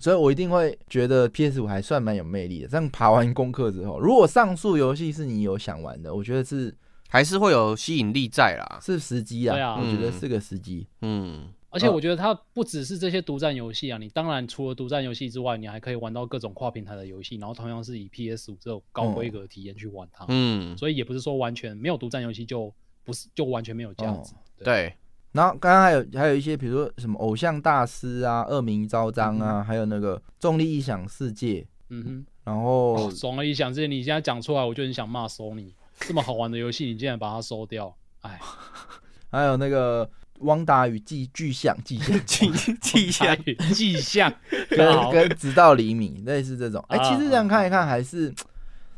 S4: 所以我一定会觉得 PS 五还算蛮有魅力的。这样爬完功课之后，如果上述游戏是你有想玩的，我觉得是
S3: 还是会有吸引力在啦，
S4: 是时机啊，
S2: 对啊
S4: 我觉得是个时机。
S3: 嗯，
S2: 而且
S4: 呃
S2: 我觉得它不只是这些独占游戏啊，你当然除了独占游戏之外，你还可以玩到各种跨平台的游戏，然后同样是以 PS 五这种高
S4: 嗯
S2: 规格体验去玩它，
S3: 嗯，
S2: 所以也不是说完全没有独占游戏就不是就完全没有价
S4: 哦
S2: 值。
S3: 对，
S4: 然后刚刚还有还有一些，比如说什么偶像大师啊、恶名昭彰啊，还有那个重力异想世界，
S2: 嗯
S4: 然
S2: 哼，
S4: 后、
S2: 哦，总而言之，你现在讲出来，我就很想骂 Sony，这么好玩的游戏，你竟然把它收掉， 哎，
S4: 还有那个汪达与巨巨像巨 像
S3: 记记一下，
S4: 啊
S2: 迹象，
S4: 跟
S2: 好
S4: 跟直到厘米类似这种。哎、
S2: 啊
S4: 其实这样看一看，还是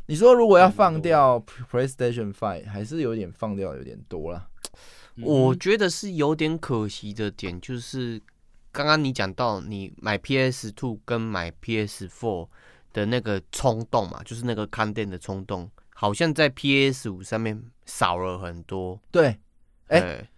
S4: 你说如果要放掉 PlayStation Five，还是有点放掉有点多了。
S2: 嗯
S3: 我觉得是有点可惜的点，就是刚刚你讲到你买 PS Two 跟买 PS Four 的那个冲动嘛，就是那个看店的冲动，好像在 PS 五上面少了很多。
S4: 对，哎
S3: 哎，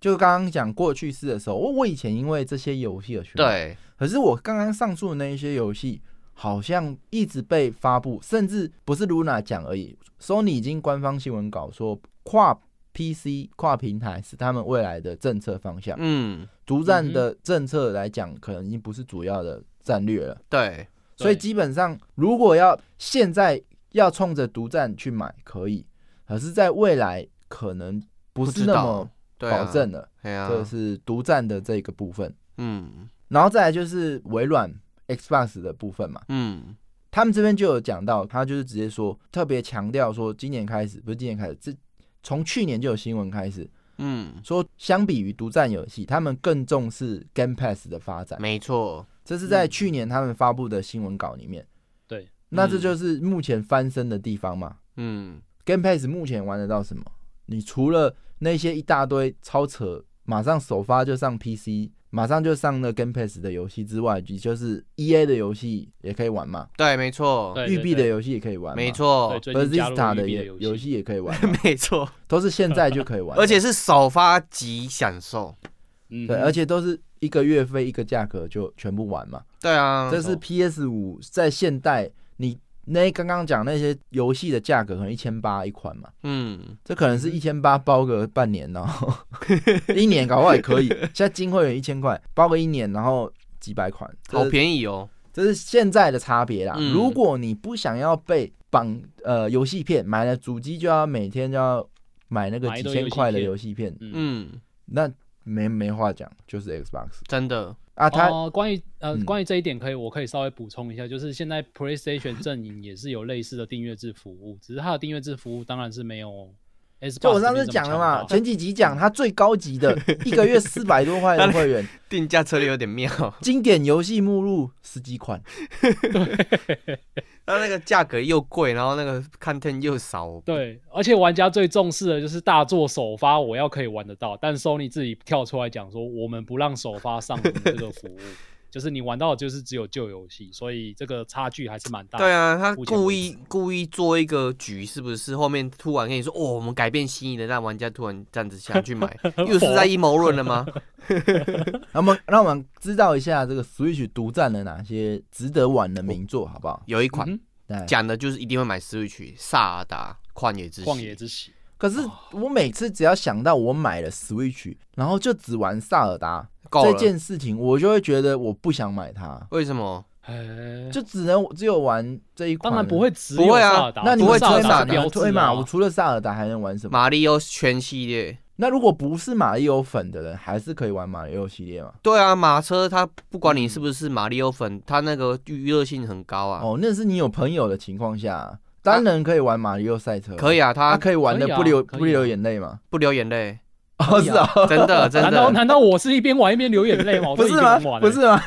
S4: 就刚刚讲过去式的时候，我我以前因为这些游戏而去买
S3: 对，
S4: 可是我刚刚上述的那一些游戏，好像一直被发布，甚至不是 Luna 讲而已，Sony 已经官方新闻稿说跨 PC 跨平台是他们未来的政策方向。
S3: 嗯，
S4: 独占的政策来讲，可能已经不是主要的战略了。
S3: 对，
S2: 对
S4: 所以基本上，如果要现在要冲着独占去买，可以；可是在未来可能不
S3: 不
S4: 是
S3: 知
S4: 那
S3: 道
S4: 么
S3: 对啊
S4: 保证，了，
S3: 对啊，
S4: 就是独占的这个部分。
S3: 嗯
S4: 然后再来就是微软 Xbox 的部分嘛，
S3: 嗯
S4: 他们这边就有讲到，他就是直接说特别强调说，今年开始不是今年开始，这从去年就有新闻开始
S3: 嗯，
S4: 说，相比于独占游戏，他们更重视 Game Pass 的发展。
S3: 没错，
S4: 这是在
S3: 嗯
S4: 去年他们发布的新闻稿里面。
S2: 对，
S4: 那这就是目前翻身的地方嘛。
S3: 嗯
S4: Game Pass 目前玩得到什么？你除了那些一大堆超扯，马上首发就上 PC，马上就上了 Game Pass 的游戏之外，也就是 EA 的游戏也可以玩嘛，
S3: 对，没错，
S2: 对
S4: 育碧的游戏也可以玩，
S3: 没。错
S2: 对，，最近加入
S4: Bethesda
S2: 育
S4: 的
S2: 碧的
S4: 也游
S2: 游戏，
S4: 戏也可以玩嘛，
S3: 没错，
S4: 都是现在就可以玩的，
S3: 而且是首发即享受，
S2: 嗯
S4: 对，而且都是一个月费一个价格就全部玩嘛。
S3: 对
S2: 嗯
S3: 啊，
S4: 这是 PS 五在现代，你那刚刚讲那些游戏的价格可能一千八一款嘛，
S3: 嗯
S4: 这可能是一千八包个半年，然后 一年搞不好也可以。现在金会员一千块包个一年，然后几百款，
S3: 好
S4: 宜。
S3: 便宜哦，
S4: 这是现在的差别啦。
S3: 嗯
S4: 如果你不想要被绑呃游戏片，买了主机就要每天就要买那个
S2: 买
S4: 几
S2: 一堆
S4: 千
S2: 游戏
S4: 块的
S2: 片
S4: 游戏片，
S2: 嗯
S3: 嗯，
S4: 那没没话讲，就是 Xbox
S3: 真的，
S4: 啊，它、
S2: 哦，关于呃，
S4: 嗯
S2: 关于这一点，可以我可以稍微补充一下，就是现在 PlayStation 阵营也是有类似的订阅制服务，只是它的订阅制服务当然是没有 S。
S4: 就我上次讲了嘛，前几集讲它最高级的一个月四百多块的会员，
S3: 定价策略有点妙，
S4: 经典游戏目录十几款，
S3: 它那个价格又贵，然后那个 content 又少，
S2: 对，而且玩家最重视的就是大作首发，我要可以玩得到。但 Sony 自己跳出来讲说，我们不让首发上我们这个服务，就是你玩到的就是只有旧游戏，所以这个差距还是蛮大的。
S3: 对啊，他
S2: 目前
S3: 故
S2: 为
S3: 意故意做一个局，是不是？后面突然跟你说，哦，我们改变心意了，让玩家突然这样子想去买，又是在阴谋论了吗？
S4: 那么让我们知道一下这个 Switch 独占了哪些值得玩的名作，好不好？
S3: 有一款
S2: 嗯
S4: 对，
S3: 讲的就是一定会买 Switch，《萨尔达旷野之息
S2: 旷野之息，
S4: 可是我每次只要想到我买了 Switch，然后就只玩萨尔达
S3: 够
S4: 这
S3: 了。
S4: 件事情，我就会觉得我不想买它，
S3: 为什么？
S2: 哎，
S4: 就只能只有玩这一款。
S2: 当然不。会只
S3: 不
S2: 有
S3: 会啊
S2: 萨尔达，
S4: 那你
S3: 不
S4: 们
S3: 会
S2: 萨
S4: 推嘛？
S2: 尔达
S3: 吹嘛
S4: 你
S2: 是标
S4: 们
S2: 志
S4: 推嘛？
S2: 啊
S4: 我除了萨尔达还能玩什么？
S3: 马里奥全系列？
S4: 那如果不是马里奥粉的人，还是可以玩马里奥系列嘛？
S3: 对啊，马车它不管你是不是马里奥粉，它那个娱乐性很高啊。
S4: 哦，那是你有朋友的情况下，单人可以玩马里奥赛车，
S3: 可
S4: 以，
S3: 以啊，
S4: 他
S3: 它
S4: 可以玩的
S2: 可以啊
S4: 不流
S2: 可以啊
S4: 不流眼泪吗？
S3: 不流眼泪，
S4: 哦，
S2: 以
S4: 是
S2: 啊
S4: 啊，
S3: 真 的真
S2: 难道
S3: 的
S2: 难道我是一边玩一边流眼泪吗？ 我
S4: 不
S2: 都已
S4: 是
S2: 经
S4: 吗
S2: 玩完？了欸
S4: 不是吗？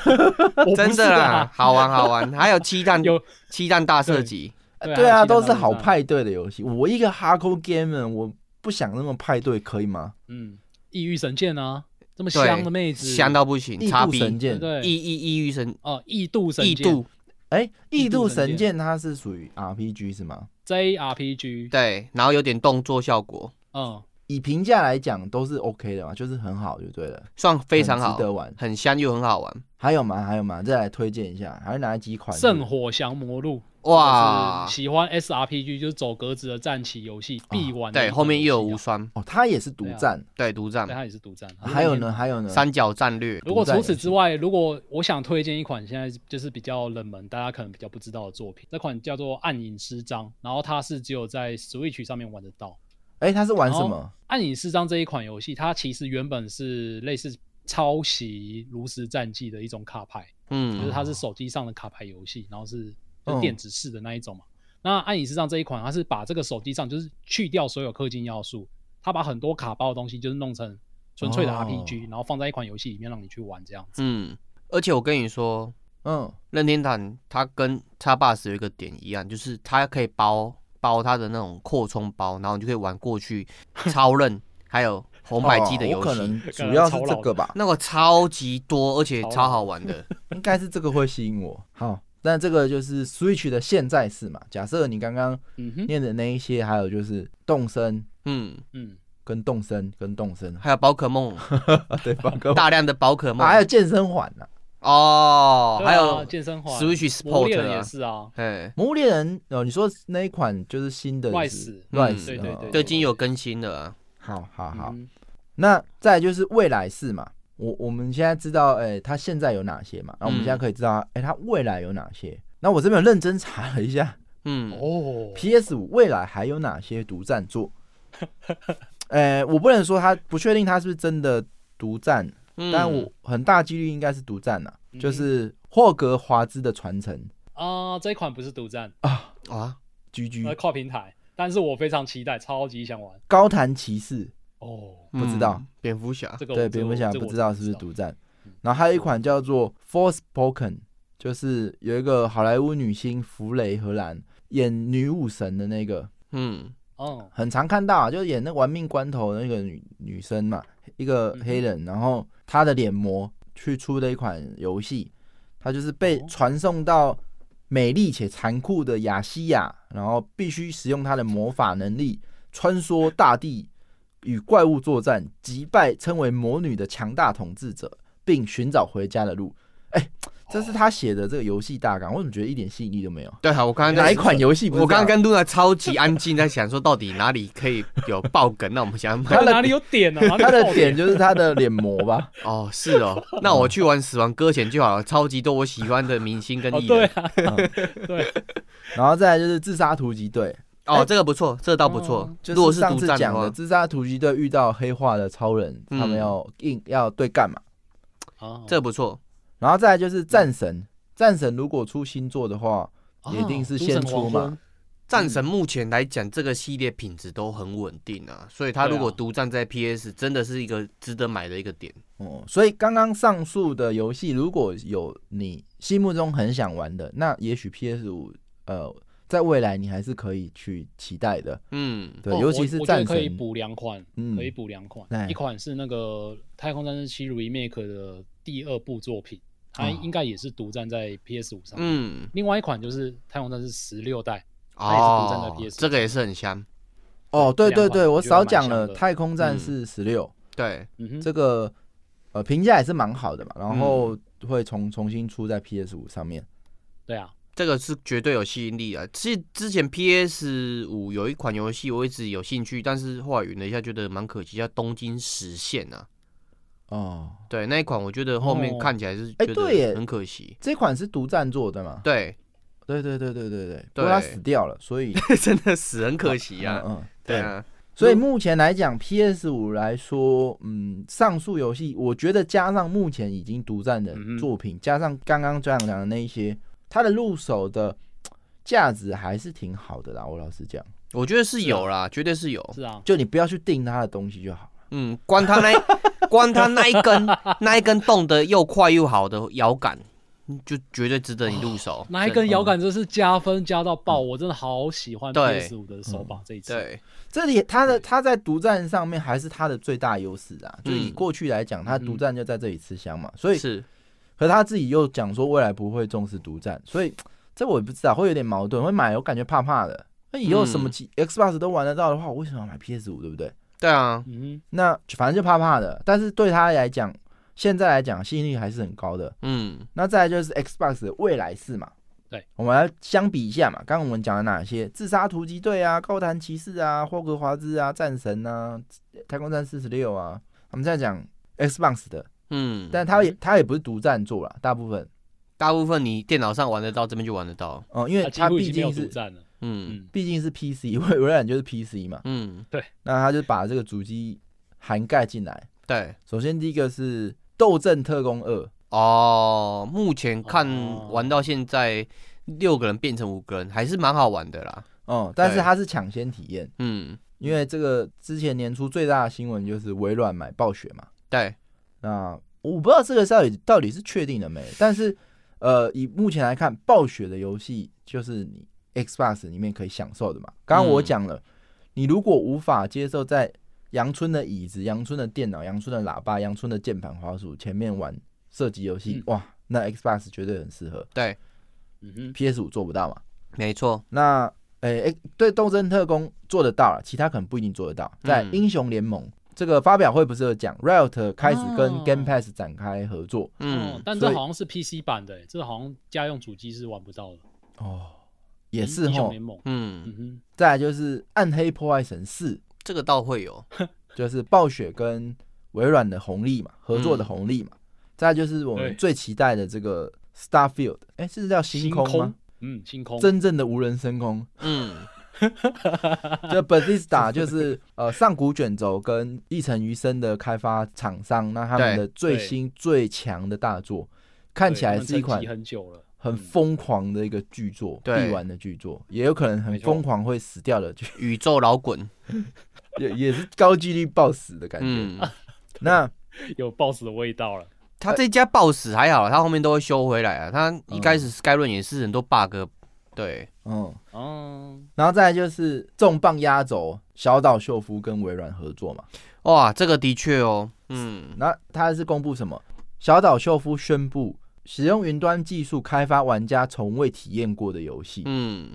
S2: 我不
S3: 真
S2: 是
S3: 的啦
S2: 啊，，
S3: 好玩好玩。还有七弹
S2: 有
S3: 七弹大射击，
S4: 对啊，都是好。
S2: 还有其他的
S4: 派对的游戏。我一个 hardcore gamer，我不想那么派对，可以吗？
S2: 嗯，异域神剑啊，这么
S3: 对
S2: 香的妹子，
S3: 香到不行，
S4: 异
S3: 叉
S4: 度
S3: B
S4: 神
S2: 对
S4: 剑
S2: 不，对
S3: 异异异域神
S2: 哦，异度神
S3: 异
S2: 剑
S3: 度，
S4: 哎，异
S2: 异度
S4: 度
S2: 神
S4: 神
S2: 剑
S4: 剑它是属于 RPG 是吗？
S2: JRPG，
S3: 对，然后有点动作效果，
S2: 嗯，
S4: 以评价来讲都是 OK 的嘛，就是很好就对了，
S3: 算非常
S4: 很
S3: 好
S4: 值，得玩。
S3: 很香又很好玩，
S4: 还有吗？还有吗？再来推荐一下，还有哪几款？
S2: 圣火降魔录。
S3: 哇哦
S2: 就是！喜欢 SRPG 就是走格子的战棋游戏必玩的一款游戏啊、
S3: 对，后面又有无双，
S4: 哦，它也是独
S2: 啊
S4: 占。
S3: 对，独占
S2: 对，它也是独占。啊
S4: 还有呢？？还有呢？
S3: 三角战略，
S2: 如果
S4: 独占
S2: 除
S4: 游戏
S2: 此之外，如果我想推荐一款现在就是比较冷门，大家可能比较不知道的作品，这款叫做《暗影诗章》，然后它是只有在 Switch 上面玩得到。
S4: 哎，它是玩什么？
S2: 《暗影四章》这一款游戏，它其实原本是类似抄袭《炉石战记》的一种卡牌，就是
S3: 嗯，
S2: 它是手机上的卡牌游戏，然后是
S4: 哦
S2: 就是电子式的那一种嘛。那《啊暗影四章》这一款，它是把这个手机上就是去掉所有氪金要素，它把很多卡包的东西就是弄成纯粹的
S4: 哦
S2: RPG，、然后放在一款游戏里面让你去玩这样子。
S3: 嗯，而且我跟你说，
S2: 哦
S4: 嗯，
S3: 任天堂它跟 x bus 有一个点一样，就是它可以包包它的那种扩充包，然后你就可以玩过去 超任还有红白机的
S4: 哦我
S3: 游
S4: 可
S3: 戏，
S4: 能主要是这个吧，
S3: 那个超级多，而且
S2: 超
S3: 超好玩的，
S4: 应该是这个会吸引我。好，那这个就是 Switch 的现在式嘛。假设你刚刚
S2: 嗯哼，
S4: 念的那一些，还有就是动身
S3: 嗯，
S2: 嗯，
S4: 跟动 身跟动身，
S3: 还有宝可 梦，
S4: 对吧？跟
S3: 大量的宝可梦
S4: 啊，还，有健身环呢、啊。
S3: 哦，
S2: 对啊
S3: 还有
S2: 健身环、
S3: Switch
S2: 魔猎
S3: Sport
S2: 人也
S3: 啊，
S2: 是啊，
S3: 哎，
S4: 《魔物猎人》哦，你说那一款就是新的
S2: 外
S4: 是
S2: 死
S4: 不是外
S3: 嗯
S4: 死，
S2: 对对
S4: 哦
S2: 对
S3: 最近有更新了啊，
S4: 好好好。
S2: 嗯
S4: 那再来就是未来式嘛，我我们现在知道，哎、它现在有哪些嘛？然后我们
S3: 嗯
S4: 现在可以知道，哎、它未来有哪些？那我这边有认真查了一下
S3: 嗯
S2: 哼，哦，
S4: ，PS 五未来还有哪些独占作？呃，我不能说他不确定他是不是真的独占，
S3: 嗯
S4: 但我很大几率应该是独占呐，
S2: 嗯
S4: 就是霍格华兹的传承
S2: 啊，这一款不是独占，
S3: 啊，
S4: 居居
S2: 呃，跨平台，但是我非常期待，超级想玩
S4: 高谈骑士，
S2: 哦。
S3: 不
S4: 不知道
S3: 嗯蝙蝠侠
S2: 这个我
S4: 对，
S2: 这
S4: 蝙
S2: 个
S4: 蝠侠
S2: 这个
S4: 不
S2: 我
S4: 知道是不是
S2: 知嗯
S4: 独占。然后还有一款叫做《Forspoken》，就是有一个好莱坞女星弗雷荷兰演女武神的那个，
S3: 嗯
S2: 嗯，
S4: 很常看到、啊，就是演那玩命关头的那个女女生嘛，一个
S2: 嗯哼
S4: 黑人，然后她的脸模去出的一款游戏，她就是被
S2: 哦
S4: 传送到美丽且残酷的亚细亚，然后必须使用她的魔法能力穿梭大地，与怪物作战，击败称为魔女的强大统治者，并寻找回家的路。哎，这是他写的这个游戏大纲，我怎么觉得一点吸引力都没有？
S3: 对啊，我刚刚在
S4: 哪一款游戏不是
S3: 我刚刚
S4: 这样
S3: 跟露娜超级安静，在想说到底哪里可以有爆梗，那我们想要买
S2: 它哪里有点啊呢？
S4: 他
S2: 哪里有
S4: 的
S2: 爆
S4: 点就是他的脸模吧？
S3: 哦，是哦，那我去玩死亡搁浅就好了，超级多我喜欢的明星跟
S2: 哦，
S3: 艺
S2: 对
S3: 人
S2: 啊，
S4: 然后再来就是自杀突击队，
S3: 哦，这个不错，这个倒不错
S2: 哦，
S3: 如
S4: 就
S3: 果
S4: 是上
S3: 独
S4: 次
S3: 占
S4: 讲
S3: 话
S4: 的，自杀突击队遇到黑化的超人，
S3: 嗯
S4: 他们要硬要对干嘛？
S2: 啊
S3: 这个不错，
S4: 然后再来就是战神，战神如果出新作的话，
S2: 哦
S4: 也一定是先出嘛。
S3: 战
S4: 嗯
S3: 神目前来讲，这个系列品质都很稳定啊，所以它如果独占在 PS，真的是一个值得买的一个点。
S4: 哦，所以刚刚上述的游戏，如果有你心目中很想玩的，那也许 PS 五呃，在未来你还是可以去期待的。
S3: 嗯，
S4: 对，
S2: 哦
S4: 尤其是
S2: 我我觉
S4: 战
S2: 得可以
S4: 神，
S2: 补两款，
S4: 嗯哎
S2: 可以补两款
S4: 对，
S2: 一款是那个《太空战士七 Remake》的第二部作品，它
S4: 哦
S2: 应该也是独占在 PS 五上。
S3: 嗯，
S2: 另外一款就是《太空战士十六代》，它也是独占在
S3: 哦，
S2: PS
S3: 这个也是很香。
S4: 哦，对对
S2: 两款
S4: 对，我
S2: 我觉得
S4: 少
S2: 蛮
S4: 讲
S2: 像
S4: 了，《
S2: 的
S4: 太空战士十六》
S3: 对，
S2: 嗯哼，
S4: 这个呃评价也是蛮好的嘛，然后会重重新出在 PS 五上面。
S2: 对啊，
S3: 这个是绝对有吸引力啊。其实之前 PS 五有一款游戏我一直有兴趣，但是后来云了一下，觉得蛮可惜，叫《东京实线》啊。
S4: 哦，
S3: 对，那一款我觉得后面
S2: 哦
S3: 看起来是
S4: 哎
S3: 觉
S4: 对耶
S3: 得很可惜。
S4: 这款是独占做的嘛？
S3: 对，
S4: 对对对对对对，不过他死掉了， 所以
S3: 真的死很可惜
S4: 嗯
S3: 啊。
S4: 嗯，
S3: 对啊，
S4: 所以目前来讲，PS 五来说，嗯，上述游戏，我觉得加上目前已经独占的
S2: 嗯哼
S4: 作品，加上刚刚这样讲的那一些，它的入手的价值还是挺好的啦。我老实讲，
S3: 我觉得是有啦，绝对是
S4: 哦
S3: 有。
S2: 是啊，
S4: 就你不要去定它的东西就好。
S3: 嗯，关他那一 关他那一根那一根动得又快又好的摇杆，就绝对值得你入手。
S2: 哦哪一
S3: 真
S4: 嗯
S2: 根
S3: 的
S2: 摇杆真是加分加到爆，我真的好喜欢
S3: 对
S2: PS 五的手
S4: 嗯
S2: 把这一次。
S3: 对，
S4: 这里它的它在独占上面还是它的最大优势啊，就以
S3: 嗯
S4: 过去来讲，它独
S2: 嗯
S4: 占就在这里吃香嘛，所以
S3: 是
S4: 可他自己又讲说未来不会重视独占，所以这我也不知道，会有点矛盾，会买我感觉怕怕的。那以后什么
S3: 嗯
S4: 机 Xbox 都玩得到的话，我为什么要买 PS 五，对不对？
S3: 对啊，
S2: 嗯
S4: 那反正就怕怕的，但是对他来讲，现在来讲吸引力还是很高的。
S3: 嗯
S4: 那再来就是 Xbox 的未来式嘛，
S2: 对，
S4: 我们来相比一下嘛。刚刚我们讲了哪些？自杀突击队啊，高谭骑士啊，霍格华兹啊，战神啊，太空战四十六啊。我们在讲 Xbox 的，
S3: 嗯，
S4: 但它也它也不是独占做啦，大部分，
S3: 大部分你电脑上玩得到，这边就玩得到。
S4: 哦、因
S2: 哼，
S4: 为
S2: 啊几
S4: 它
S2: 乎已
S4: 毕
S2: 经没有
S4: 竟
S2: 独
S4: 是
S2: 占了。
S3: 嗯
S2: 嗯，
S4: 毕竟是 PC，微 微软就是 PC 嘛，
S3: 嗯，
S4: 那它就把这个主机涵盖进来。
S3: 对。
S4: 首先第一个是《斗阵特工二》，
S3: 哦，目前看
S2: 哦
S3: 玩到现在，六个人变成五个人，还是蛮好玩的啦。
S4: 哦、但是
S3: 对
S4: 它是抢先体验，
S3: 嗯，
S4: 因为这个之前年初最大的新闻就是微软买暴雪嘛。
S3: 对，
S4: 那我不知道这个到底到底是确定了没，但是呃，以目前来看，暴雪的游戏就是你 Xbox 里面可以享受的嘛。刚刚我
S2: 嗯
S4: 讲了，你如果无法接受在阳春的椅子、阳春的电脑、阳春的喇叭、阳春的键盘、滑鼠前面玩射击游戏，
S2: 嗯
S4: 哇，那 Xbox 绝对很适合
S3: 对，
S2: 嗯哼，
S4: ，PS 五做不到嘛。
S3: 没错。
S4: 那诶、诶对《斗争特工》做得到了，其他可能不一定做得到。在《
S3: 嗯
S4: 英雄联盟》这个发表会不是有讲，Riot 开始跟
S2: 哦
S4: Game Pass 展开合作
S2: 哦
S3: 嗯，，
S2: 但
S4: 所
S2: 这
S4: 以
S2: 好像是 PC 版的，欸这好像家用主机是玩不到的。
S4: 哦，也是
S2: 英雄
S4: 吼
S2: 联。盟，
S3: 嗯，
S2: 嗯哼，
S4: 再来就是《暗黑破坏神四
S3: 这个倒会有。》，
S4: 就是暴雪跟微软的红利嘛，合作的
S3: 嗯
S4: 红利嘛。再来就是我们
S2: 对
S4: 最期待的这个 Starfield，哎、诶是叫星空吗？
S2: 嗯，星空，
S4: 真正的无人升空，
S3: 嗯，
S4: 就 Bethesda 就是呃上古卷轴跟一城余生的开发厂商，那他们的最新最强的大作，看起来是一款
S2: 对他们沉寂很久了，
S4: 很
S2: 嗯
S4: 疯狂的一个巨作，
S3: 对
S4: 必玩的巨作，也有可能很
S2: 没错
S4: 疯狂会死掉的巨，
S3: 宇宙老滚，
S4: 也也是高几率暴死的感觉。
S3: 嗯，
S4: 那
S2: 有 BOSS 的味道了。
S3: 他这家暴死还好，他后面都会修回来啊。他一开始 Skyrim 也是很多 bug，对，
S4: 嗯，
S2: 哦，
S4: 然后再来就是重磅压轴，小岛秀夫跟微软合作嘛。
S3: 哇，这个的确哦，嗯，
S4: 那他是公布什么？小岛秀夫宣布使用云端技术开发玩家从未体验过的游戏。
S3: 嗯，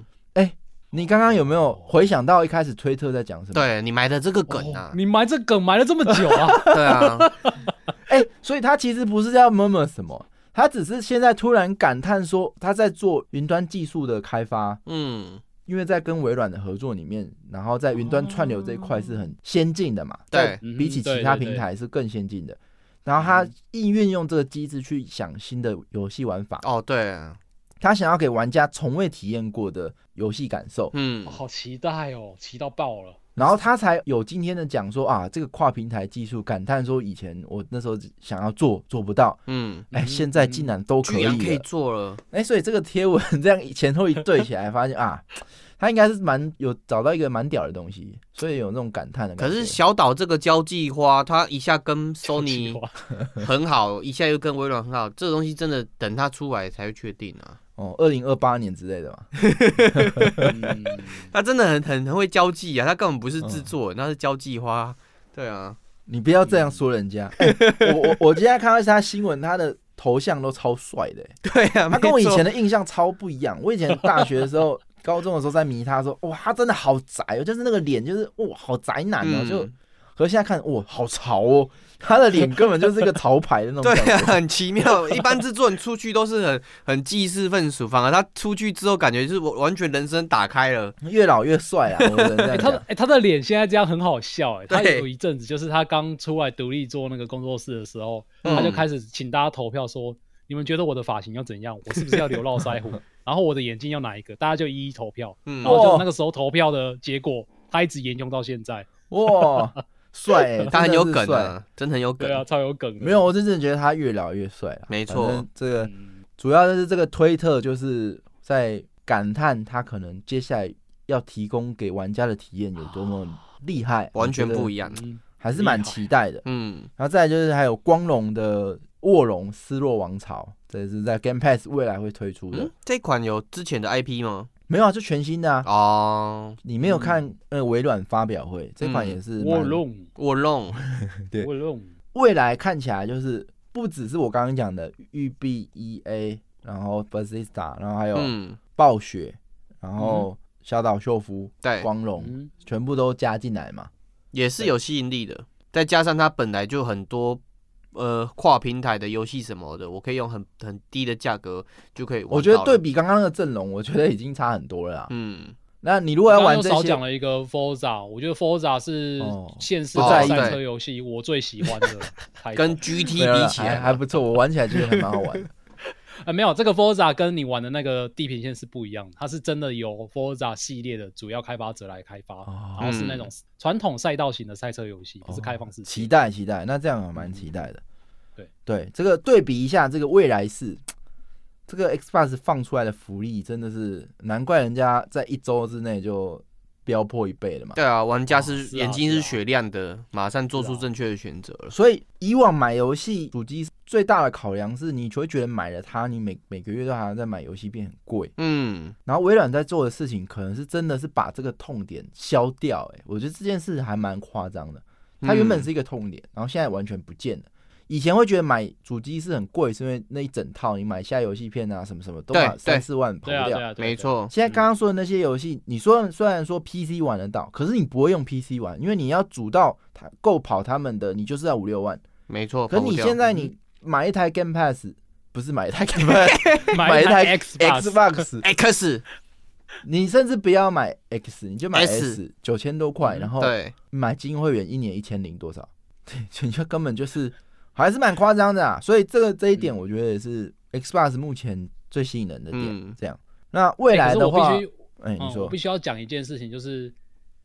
S4: 你刚刚有没有回想到一开始推特在讲什么？，
S3: 对你埋的这个梗啊
S2: 哦，你埋这梗埋了这么 久啊？
S3: 对啊，
S4: 哎、所以他其实不是要 murmur 什么，他只是现在突然感叹说他在做云端技术的开发，
S3: 嗯，
S4: 因为在跟微软的合作里面，然后在云端串流这一块是很先进的嘛，
S3: 对
S4: 在
S2: 嗯
S4: 比起其他平台是更先进的。然后他应运用这个机制去想新的游戏玩
S2: 嗯
S4: 法，
S3: 哦，对啊，
S4: 他想要给玩家从未体验过的游戏感受，
S3: 嗯
S2: 哦，好期待哦，期到爆了。
S4: 然后他才有今天的讲说啊，这个跨平台技术，感叹说以前我那时候想要做做不到，
S3: 嗯，
S4: 哎，
S2: 嗯
S4: 现在竟然都可
S3: 居
S4: 以
S3: 然可以
S4: 了，
S3: 做了，
S4: 哎，所以这个贴文这样前后一对起来，发现啊，他应该是蛮有找到一个蛮屌的东西，所以有那种感叹的感
S3: 可
S4: 觉。
S3: 是小岛这个交际花，他一下跟
S2: 计
S3: Sony
S2: 划
S3: 很好，一下又跟微软很好，这个东西真的等它出来才会确定啊。
S4: 哦，二零二八年之类的嘛，
S2: 嗯
S3: 他真的很很很会交际啊，他根本不是制
S4: 嗯
S3: 作，那、是交际花。对啊，
S4: 你不要这样说人家。哎我我我今天看到他新闻，他的头像都超帅的、哎
S3: 对 啊，
S4: 他跟我以前
S3: 的
S4: 的印象超不一样。我以前大学的时候、 高中的时候在迷他说，哇，他真的好宅哦，就是那个脸，就是哇，好宅男
S3: 嗯
S4: 哦，就。
S3: 啊
S4: 和现在看，哇，好潮哦，他的脸根本就是个潮牌的那种
S3: 对
S4: 感觉。
S3: 啊， 很奇妙。一般制作人出去都是很很济世愤俗，反而他出去之后感觉就是我完全人生打开了。
S4: 越老越帅啊，我只能这样
S2: 哎他的
S4: 讲。
S2: 哎他的脸现在这样很好笑哎，他
S3: 对
S2: 有一阵子就是他刚出来独立做那个工作室的时候，
S3: 嗯
S2: 他就开始请大家投票说，你们觉得我的发型要怎样？我是不是要留络腮胡？ 然后我的眼镜要哪一个？大家就一一投票，
S3: 嗯
S2: 然，后
S4: 哇
S2: 就那个时候投票的结果，他一直沿用到现在。
S4: 哇，帅、欸，
S3: 他很有
S4: 真
S3: 梗
S4: 的是帅。
S3: 啊，真的很有梗
S2: 对。啊，超有梗的。
S4: 没有，我真正觉得他越老越帅啊。
S3: 没错
S4: 反正这个
S2: 嗯，
S4: 主要就是这个推特就是在感叹他可能接下来要提供给玩家的体验有多么厉害，啊
S3: 哦完全
S4: 样，
S3: 不一样。
S2: 嗯
S4: 还是蛮期待的。
S3: 嗯，
S4: 然后再来就是还有光荣的卧龙失落王朝，这是在 Game Pass 未来会推出的。
S3: 嗯这款有之前的 IP 吗？
S4: 没有啊，就全新的啊。
S3: 哦，
S4: 你没有看呃微软发表会，这款
S3: 嗯
S4: 也是蛮
S2: 我弄
S3: 我弄，
S4: 对
S2: 我弄，
S4: 未来看起来就是不只是我刚刚讲的育碧 EA，然后 b e s i s t a 然后还有
S3: 嗯，
S4: 暴雪，然后小岛秀夫、
S3: 对，
S4: 光荣，
S2: 嗯，
S4: 全部都加进来嘛。
S3: 也是有吸引力的。再加上它本来就很多呃跨平台的游戏什么的，我可以用很很低的价格就可以玩
S4: 我觉得
S3: 到
S4: 对
S3: 了，
S4: 比刚刚那个阵容，我觉得已经差很多了啦。
S3: 嗯，
S4: 那你如果要
S2: 刚刚
S4: 玩
S2: 又
S4: 这
S2: 少
S4: 些
S2: 讲，了一个 Forza，我觉得 Forza 是
S4: 哦
S2: 现实
S3: 不
S4: 在
S2: 版
S4: 意
S2: 赛车游戏我最喜欢的开头。
S3: 跟 GT
S4: 没有啦
S3: 比起
S4: 啊还
S3: 来
S4: 还
S3: 嘛，
S4: 不错，我玩起来觉得还蛮好玩的。
S2: 啊没有这个 Forza 跟你玩的那个地平线是不一样的，它是真的由 Forza 系列的主要开发者来开发，
S4: 哦
S2: 然后是那
S3: 嗯
S2: 种传统赛道型的赛车游戏，不是开放式。嗯
S4: 期待期待，那这样还蛮期待的。
S2: 对
S4: 对，这个对比一下，这个未来是这个 Xbox 放出来的福利真的是难怪人家在一周之内就飙破一倍了嘛。
S3: 对啊，玩家
S2: 哦
S3: 是
S2: 是啊
S3: 眼睛
S2: 是
S3: 是
S2: 啊
S3: 雪亮的，马上做出
S2: 是啊
S3: 正确的选择了。
S4: 所以以往买游戏主机最大的考量是，你就会觉得买了它，你每每个月都还要再买游戏变很贵。
S3: 嗯，
S4: 然后微软在做的事情，可能是真的是把这个痛点消掉、欸。哎，我觉得这件事还蛮夸张的。它原
S3: 嗯
S4: 本是一个痛点，然后现在完全不见了。以前会觉得买主机是很贵，是因为那一整套你买下游戏片啊什么什么都
S3: 对嗯
S4: 把三
S3: 对
S4: 四万跑
S2: 对啊，
S4: 不
S2: 对
S4: 掉。
S2: 啊，对啊
S3: 没。错，
S4: 现在刚刚说的那些游戏，你说虽然说 PC 玩得到，可是你不会用 PC 玩，因为你要主到它够跑他们的，你就是要五六万。
S3: 没错。
S4: 可是
S3: 跑不
S4: 你
S3: 掉嗯
S4: 现在你买一台 Game Pass，不是买一台 Game Pass，
S2: 对买
S4: 买
S2: 一
S4: 一台
S2: Xbox，
S4: Xbox，
S3: X
S4: 你甚至不要买 X，你就买
S3: S
S4: S，九千多块，
S2: 嗯
S4: 然后
S3: 对，
S4: 买精英会员一年一千零多少？ 对，就根本就是还是蛮夸张的啊。所以这个这一
S2: 嗯
S4: 点，我觉得也是 Xbox 目前最吸引人的点。
S3: 嗯
S4: 这样，那未来
S2: 哎可是
S4: 的
S2: 我
S4: 话
S2: 必，须
S4: 哎，
S2: 嗯
S4: 你
S2: 我
S4: 说
S2: 必，须要讲一件事情，就是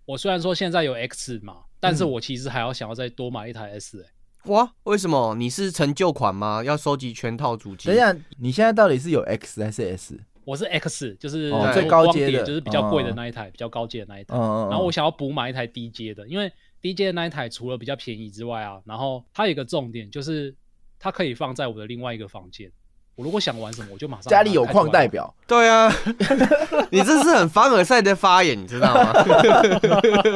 S2: 我虽然说现在有 X 嘛，但是
S4: 嗯
S2: 我其实还要想要再多买一台 S 哎、
S3: 哇，为什么你是成就款吗？要收集全套主机？
S4: 等一下，你现在到底是有 X 还是 S？
S2: 我是 X，就是
S4: 哦
S3: 最
S2: 我
S4: 高
S2: 光
S4: 阶
S2: 碟
S4: 的
S2: 就是比较贵的
S4: 哦
S2: 那一台，比较高阶的那一台。
S4: 嗯嗯，
S2: 然后
S4: 嗯
S2: 我想要补买一台低阶的，因为低阶的那一台除了比较便宜之外啊，然后它有一个重点就是它可以放在我的另外一个房间。我如果想玩什么，我就马上
S4: 家里有
S2: 把它开出来
S4: 矿代
S2: 玩。
S4: 表，
S3: 对啊， 你这是很凡尔赛的发言，你知 道吗？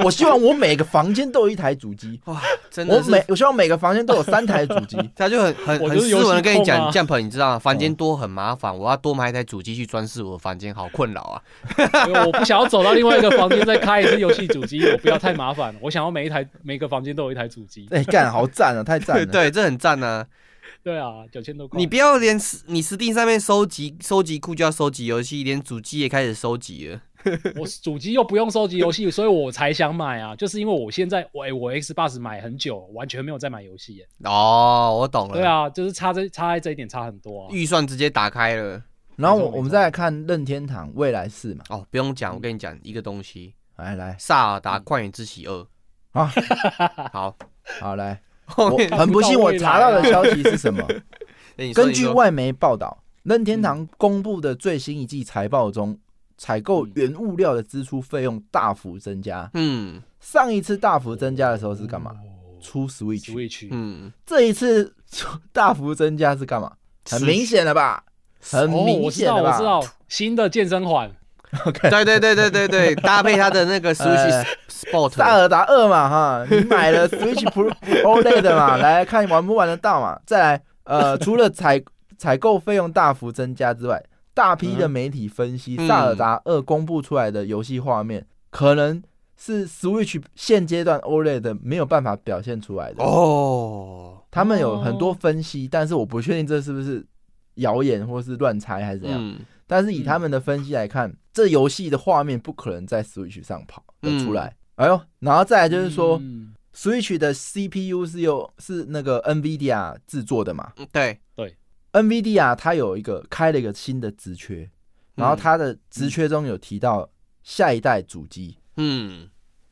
S4: 我希望我每个房间都有一台主机，
S3: 哇，真
S4: 我
S3: 的是
S4: 每我希望每个房间都有三台主 机。
S3: 他就很很
S2: 我
S3: 很
S2: 就是
S3: 斯
S2: 游戏
S3: 文的跟你
S2: 控
S3: 讲，
S2: 啊
S3: 酱盆，你知道吗？房间多很麻烦，我要多买一台主机去装饰我的房间，好困 扰啊！
S2: 因为我不想要走到另外一个房间再开一次游戏主机，我不要太麻烦了。我想要每一台每个房间都有一台主机。
S4: 哎，干好赞啊，太赞
S3: 对
S4: 了！
S3: 对，这很赞
S2: 哦
S3: 啊！
S2: 对啊，九千多块。
S3: 你不要连 s- 你 Steam 上面收集收集库就要收集游戏，连主机也开始收集了。
S2: 我主机又不用收集游戏，所以我才想买啊，就是因为我现在我、哎我 Xbox 买很久，完全没有在买游戏耶。
S3: 哦，我懂了。
S2: 对，啊，就是差这差在这一点差很多啊。
S3: 预算直接打开了。
S4: 然后我
S2: 没错
S4: 我们再来看任天堂未来四嘛，
S3: 哦，不用
S2: 嗯
S3: 讲，我跟你讲一个东西，
S4: 来来
S3: 《萨尔达旷野之息二》
S2: 嗯
S4: 啊，
S3: 好，
S4: 好 来，
S3: 后
S4: 我
S3: 面
S4: 很不幸我查到的消息是什么？
S3: 哎 你说
S4: 根
S3: 你
S4: 据
S3: 说嗯
S4: 外媒报道，任天堂公布的最新一季财报中，采购原物料的支出费用大幅增加。
S3: 嗯
S4: 上一次大幅增加的时候是干嘛？出 Switch。
S2: 哦？Switch，
S3: 嗯，
S4: 这一次大幅增加是干嘛？很明显了吧？很
S2: 哦，
S4: 明
S2: 我知
S4: 显
S2: 道，
S4: 了
S2: 我知
S4: 吧
S2: 道，新的健身环，
S4: ？OK，
S3: 对对对对对对，搭配它的那 个 Switch
S4: 哎
S3: Sport，
S4: 萨尔达二嘛 哈，你买了 Switch Pro OLED 的嘛，来看玩不玩得到嘛。再来， 呃，除了采采购费用大幅增加之外，大批的媒体分析
S3: 嗯
S4: 萨尔达二公布出来的游戏画面，可能是 Switch 现阶段 OLED 没有办法表现出来的。
S3: 哦，
S4: 他们有很多分析，但是我不确定这是不是谣言或是乱猜还是怎样。
S3: 嗯
S4: 但是以他们的分析来看，这游戏的画面不可能在 Switch 上跑得
S3: 嗯
S4: 出来。哎呦，然后再来就是说。
S2: 嗯
S4: Switch 的 CPU 是由是那个 NVIDIA 制作的嘛
S3: 嗯对，
S4: ？NVIDIA 它有一个开了一个新的职缺，然后它的职缺中有提到下一代主机，
S3: 嗯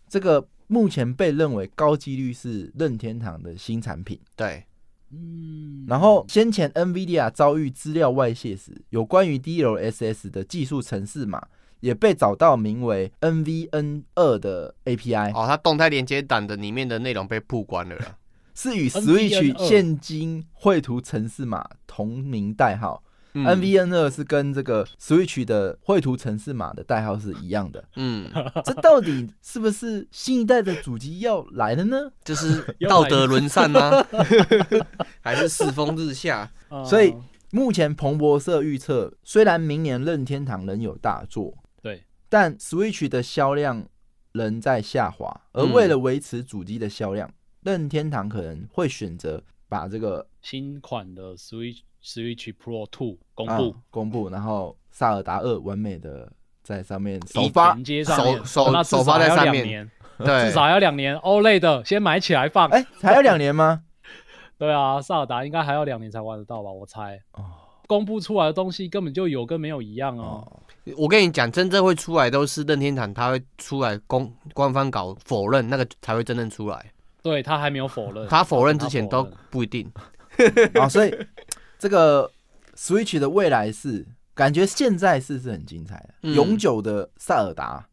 S4: 这个目前被认为高几率是任天堂的新产品。
S3: 对，
S2: 嗯
S4: 然后先前 NVIDIA 遭遇资料外泄时，有关于 DLSS 的技术程式码也被找到名为 NVN 二的 API。
S3: 哦，它动态连接档的里面的内容被曝光了啦，
S4: 是与
S2: NVN2
S4: Switch 现今绘图程式码同名代号。
S3: 嗯
S4: NVN 二是跟这个 Switch 的绘图程式码的代号是一样的。
S3: 嗯，
S4: 这到底是不是新一代的主机要来了呢？
S3: 这是道德沦丧吗？ 还是世风日下？
S2: 嗯
S4: 所以目前彭博社预测，虽然明年任天堂仍有大作，
S2: 对，
S4: 但 Switch 的销量仍在下滑。而
S3: 嗯
S4: 为了维持主机的销量，任天堂可能会选择把这个
S2: 新款的 Switch Switch Pro Two 公
S4: 啊
S2: 布，
S4: 公布，然后萨尔达二完美的在上面首
S3: 一
S4: 发
S2: 衔。接上面
S3: 首首
S2: 那至
S3: 首发
S2: 少
S3: 在
S2: 要
S3: 上
S2: 两
S3: 面
S2: 年
S3: 对
S2: 至，少要两年 OLED 的先买起来放。
S4: 哎、还有两年吗？
S2: 对啊，萨尔达应该还要两年才玩得到吧？我猜。
S4: 哦
S2: 公布出来的东西根本就有跟没有一样啊！
S4: 哦，
S3: 我跟你讲，真正会出来都是任天堂，它会出来公官方搞否认，那个才会真正出来。
S2: 对他还没有否
S4: 呃
S2: 认，
S3: 他否认之前
S2: 他否
S3: 都
S2: 认
S3: 不一定。
S4: 啊，所以这个 Switch 的未来是感觉现在是是很精彩的，
S3: 嗯
S4: 永久的萨尔达，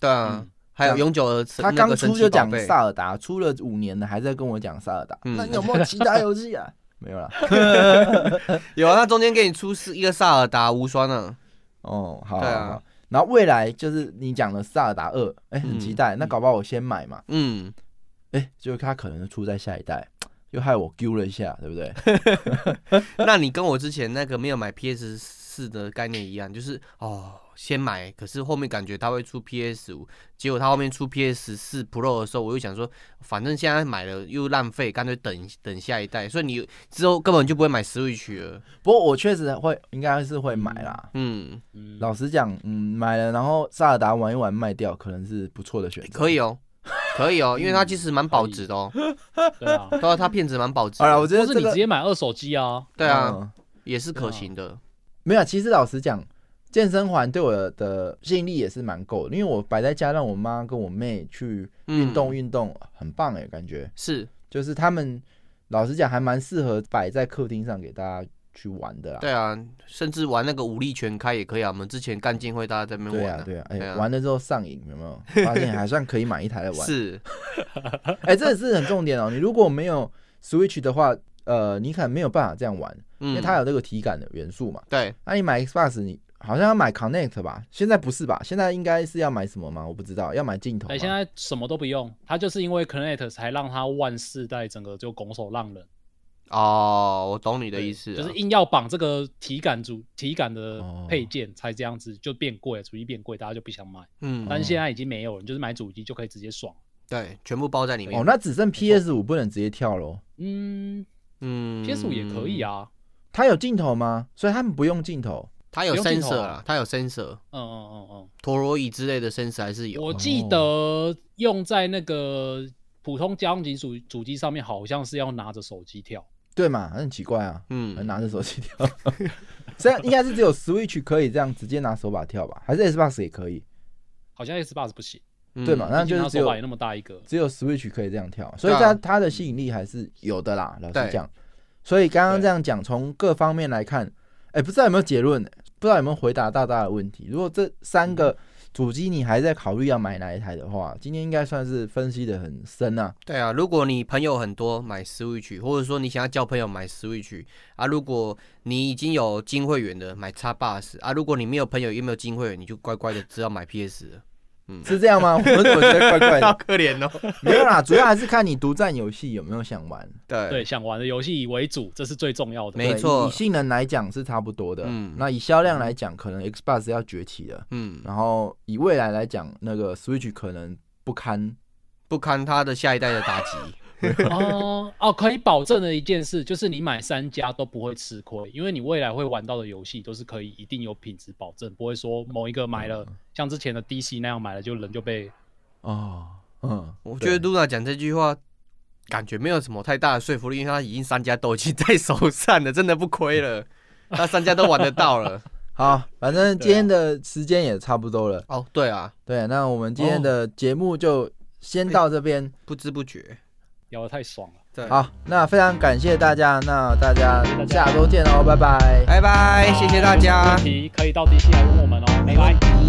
S3: 对啊
S2: 嗯，
S3: 还有
S4: 对啊
S3: 永久的神
S4: 他
S3: 那
S4: 刚
S3: 个神
S4: 出
S3: 奇
S4: 就讲
S3: 宝贝
S4: 萨尔达，出了五年了还在跟我讲萨尔达，
S3: 嗯
S4: 那你有没有其他游戏 啊？没有啦。
S3: 有啊，他中间给你出是一个萨尔达无双啊。
S4: 哦，好，
S3: 对啊
S4: 好好然后未来就是你讲的萨尔达二，哎、很期待，那搞不好我先买嘛，
S3: 嗯，
S4: 哎、就它可能出在下一代，又害我丢了一下，对不对？
S3: 那你跟我之前那个没有买 PS 四的概念一样，就是哦，先买，可是后面感觉它会出 PS 五，结果它后面出 PS 四 Pro 的时候，我又想说，反正现在买了又浪费，干脆等等下一代。所以你之后根本就不会买 Switch 了。
S4: 不过我确实会，应该是会买啦。
S3: 嗯，
S2: 嗯
S4: 老实讲，嗯，买了然后萨尔达玩一玩卖掉，可能是不错的选择。
S3: 可以哦，可以 哦，因为它其实蛮保值的哦，
S2: 对 啊，
S3: 对啊，它片子蛮保值
S4: 嗯
S3: 的。
S4: 好了，我觉
S2: 或
S4: 得
S2: 是
S4: 这
S2: 你直
S4: 个
S2: 接买二手机啊，
S3: 对啊，
S4: 嗯
S3: 也是可行的。
S4: 没有。其实老实讲，健身环对我的呃吸引力也是蛮够的，因为我摆在家让我妈跟我妹去运动
S3: 嗯
S4: 运动，很棒哎，感觉
S3: 是
S4: 就是他们老实讲还蛮适合摆在客厅上给大家去玩的啦。
S3: 对啊，甚至玩那个武力全开也可以啊。我们之前干进会大家在那边
S4: 对
S3: 玩
S4: 啊，对啊，哎、
S3: 对啊
S4: 玩了之后上瘾，有没有？发现还算可以买一台来 玩。
S3: 是
S4: 哎、这也是很重点哦。你如果没有 Switch 的话，呃，你可能没有办法这样玩，因
S3: 嗯，
S4: 为它有这个体感的元素嘛。
S3: 对
S4: 那、你买 Xbox，你好像要买 Connect 吧？现在不是吧？现在应该是要买什么吗？我不知道，要买镜头吗。
S2: 哎，现在什么都不用，他就是因为 Connect 才让他万世代整个就拱手让人
S3: 哦，我懂你的意思啊，
S2: 就是硬要绑这个体感主体感的
S4: 哦
S2: 配件才这样子就变贵，啊主机变贵，大家就不想买。
S3: 嗯，
S2: 但是现在已经没有了，你就是买主机就可以直接爽。
S3: 对，全部包在里面。
S4: 哦，那只剩 PS 五不能直接跳喽。
S2: 嗯
S3: 嗯
S2: ，PS 五也可以，啊，
S4: 它有镜头吗？所以他们不用镜头。
S3: 它有
S2: 不用镜头
S3: sensor
S2: 啊
S3: 啦，它有 sensor，
S2: 嗯嗯嗯嗯。
S3: 陀螺仪之类的 sensor 还是有。啊
S2: 我记得用在那个普通家用级主主机上面，好像是要拿着手机跳。
S4: 对嘛，很奇怪啊，
S3: 嗯，
S4: 拿着手机跳， 虽然应该是只有 Switch 可以这样直接拿手把跳吧，还是 Xbox 也可以，
S2: 好像 Xbox 不行，
S3: 嗯
S4: 对嘛？？那就
S2: 毕竟
S4: 是
S2: 它
S4: 只
S2: 手
S4: 有
S2: 把也那么大一个。
S4: 只有 Switch 可以这样跳，所以
S3: 对
S4: 它
S3: 啊
S4: 它的吸引力还是有的啦。老
S3: 对
S4: 实讲，所以刚刚
S2: 对
S4: 这样讲，从各方面来看，哎、不知道有没有结论，不知道有没有回答大家的问题。如果这三
S3: 嗯
S4: 个主机你还在考虑要买哪一台的话，今天应该算是分析的很深啊。
S3: 对啊，如果你朋友很多买 Switch，或者说你想要叫朋友买 Switch 啊，如果你已经有金会员的，买 Xbox 啊，如果你没有朋友也没有金会员，你就乖乖的只好买 PS 了。嗯
S4: 是这样吗？我 怎么觉得怪怪
S3: 好
S4: 的？
S3: 可怜哦。
S4: 没有啦，主要还是看你独占游戏有没有想玩。
S3: 对
S2: 对，想玩的游戏为主，这是最重要的。
S3: 没
S4: 对
S3: 错
S4: 以以性能来讲是差不多的。
S3: 嗯
S4: 那以销量来讲，可能 Xbox 要崛起了。
S3: 嗯，
S4: 然后以未来来讲，那个 Switch 可能不堪。
S3: 不堪他的下一代的打 击。
S2: 哦哦，可以保证的一件事就是你买三家都不会吃亏，因为你未来会玩到的游戏都是可以一定有品质保证，不会说某一个买了、
S3: 嗯
S2: 像之前的 DC 那样买了就人就被
S4: 哦，嗯，
S3: 我觉得
S4: 对
S3: Luna 讲这句话，感觉没有什么太大的说服力，因为他已经三家都已经在手上了，真的不亏了。他三家都玩得到了。
S4: 好，反正今天的时间也差不多了。
S3: 哦，对啊，
S4: 对，那我们今天的节目就先到这边。
S3: 不知不觉。
S2: 咬得太爽了。
S3: 哦对，，
S4: 好，那非常感谢大家，那大家
S2: 大家
S4: 下周见哦，拜拜。
S3: 哎拜拜，谢谢大家
S2: 问。题可以到 DC 来问我们哦，拜拜。
S3: 题。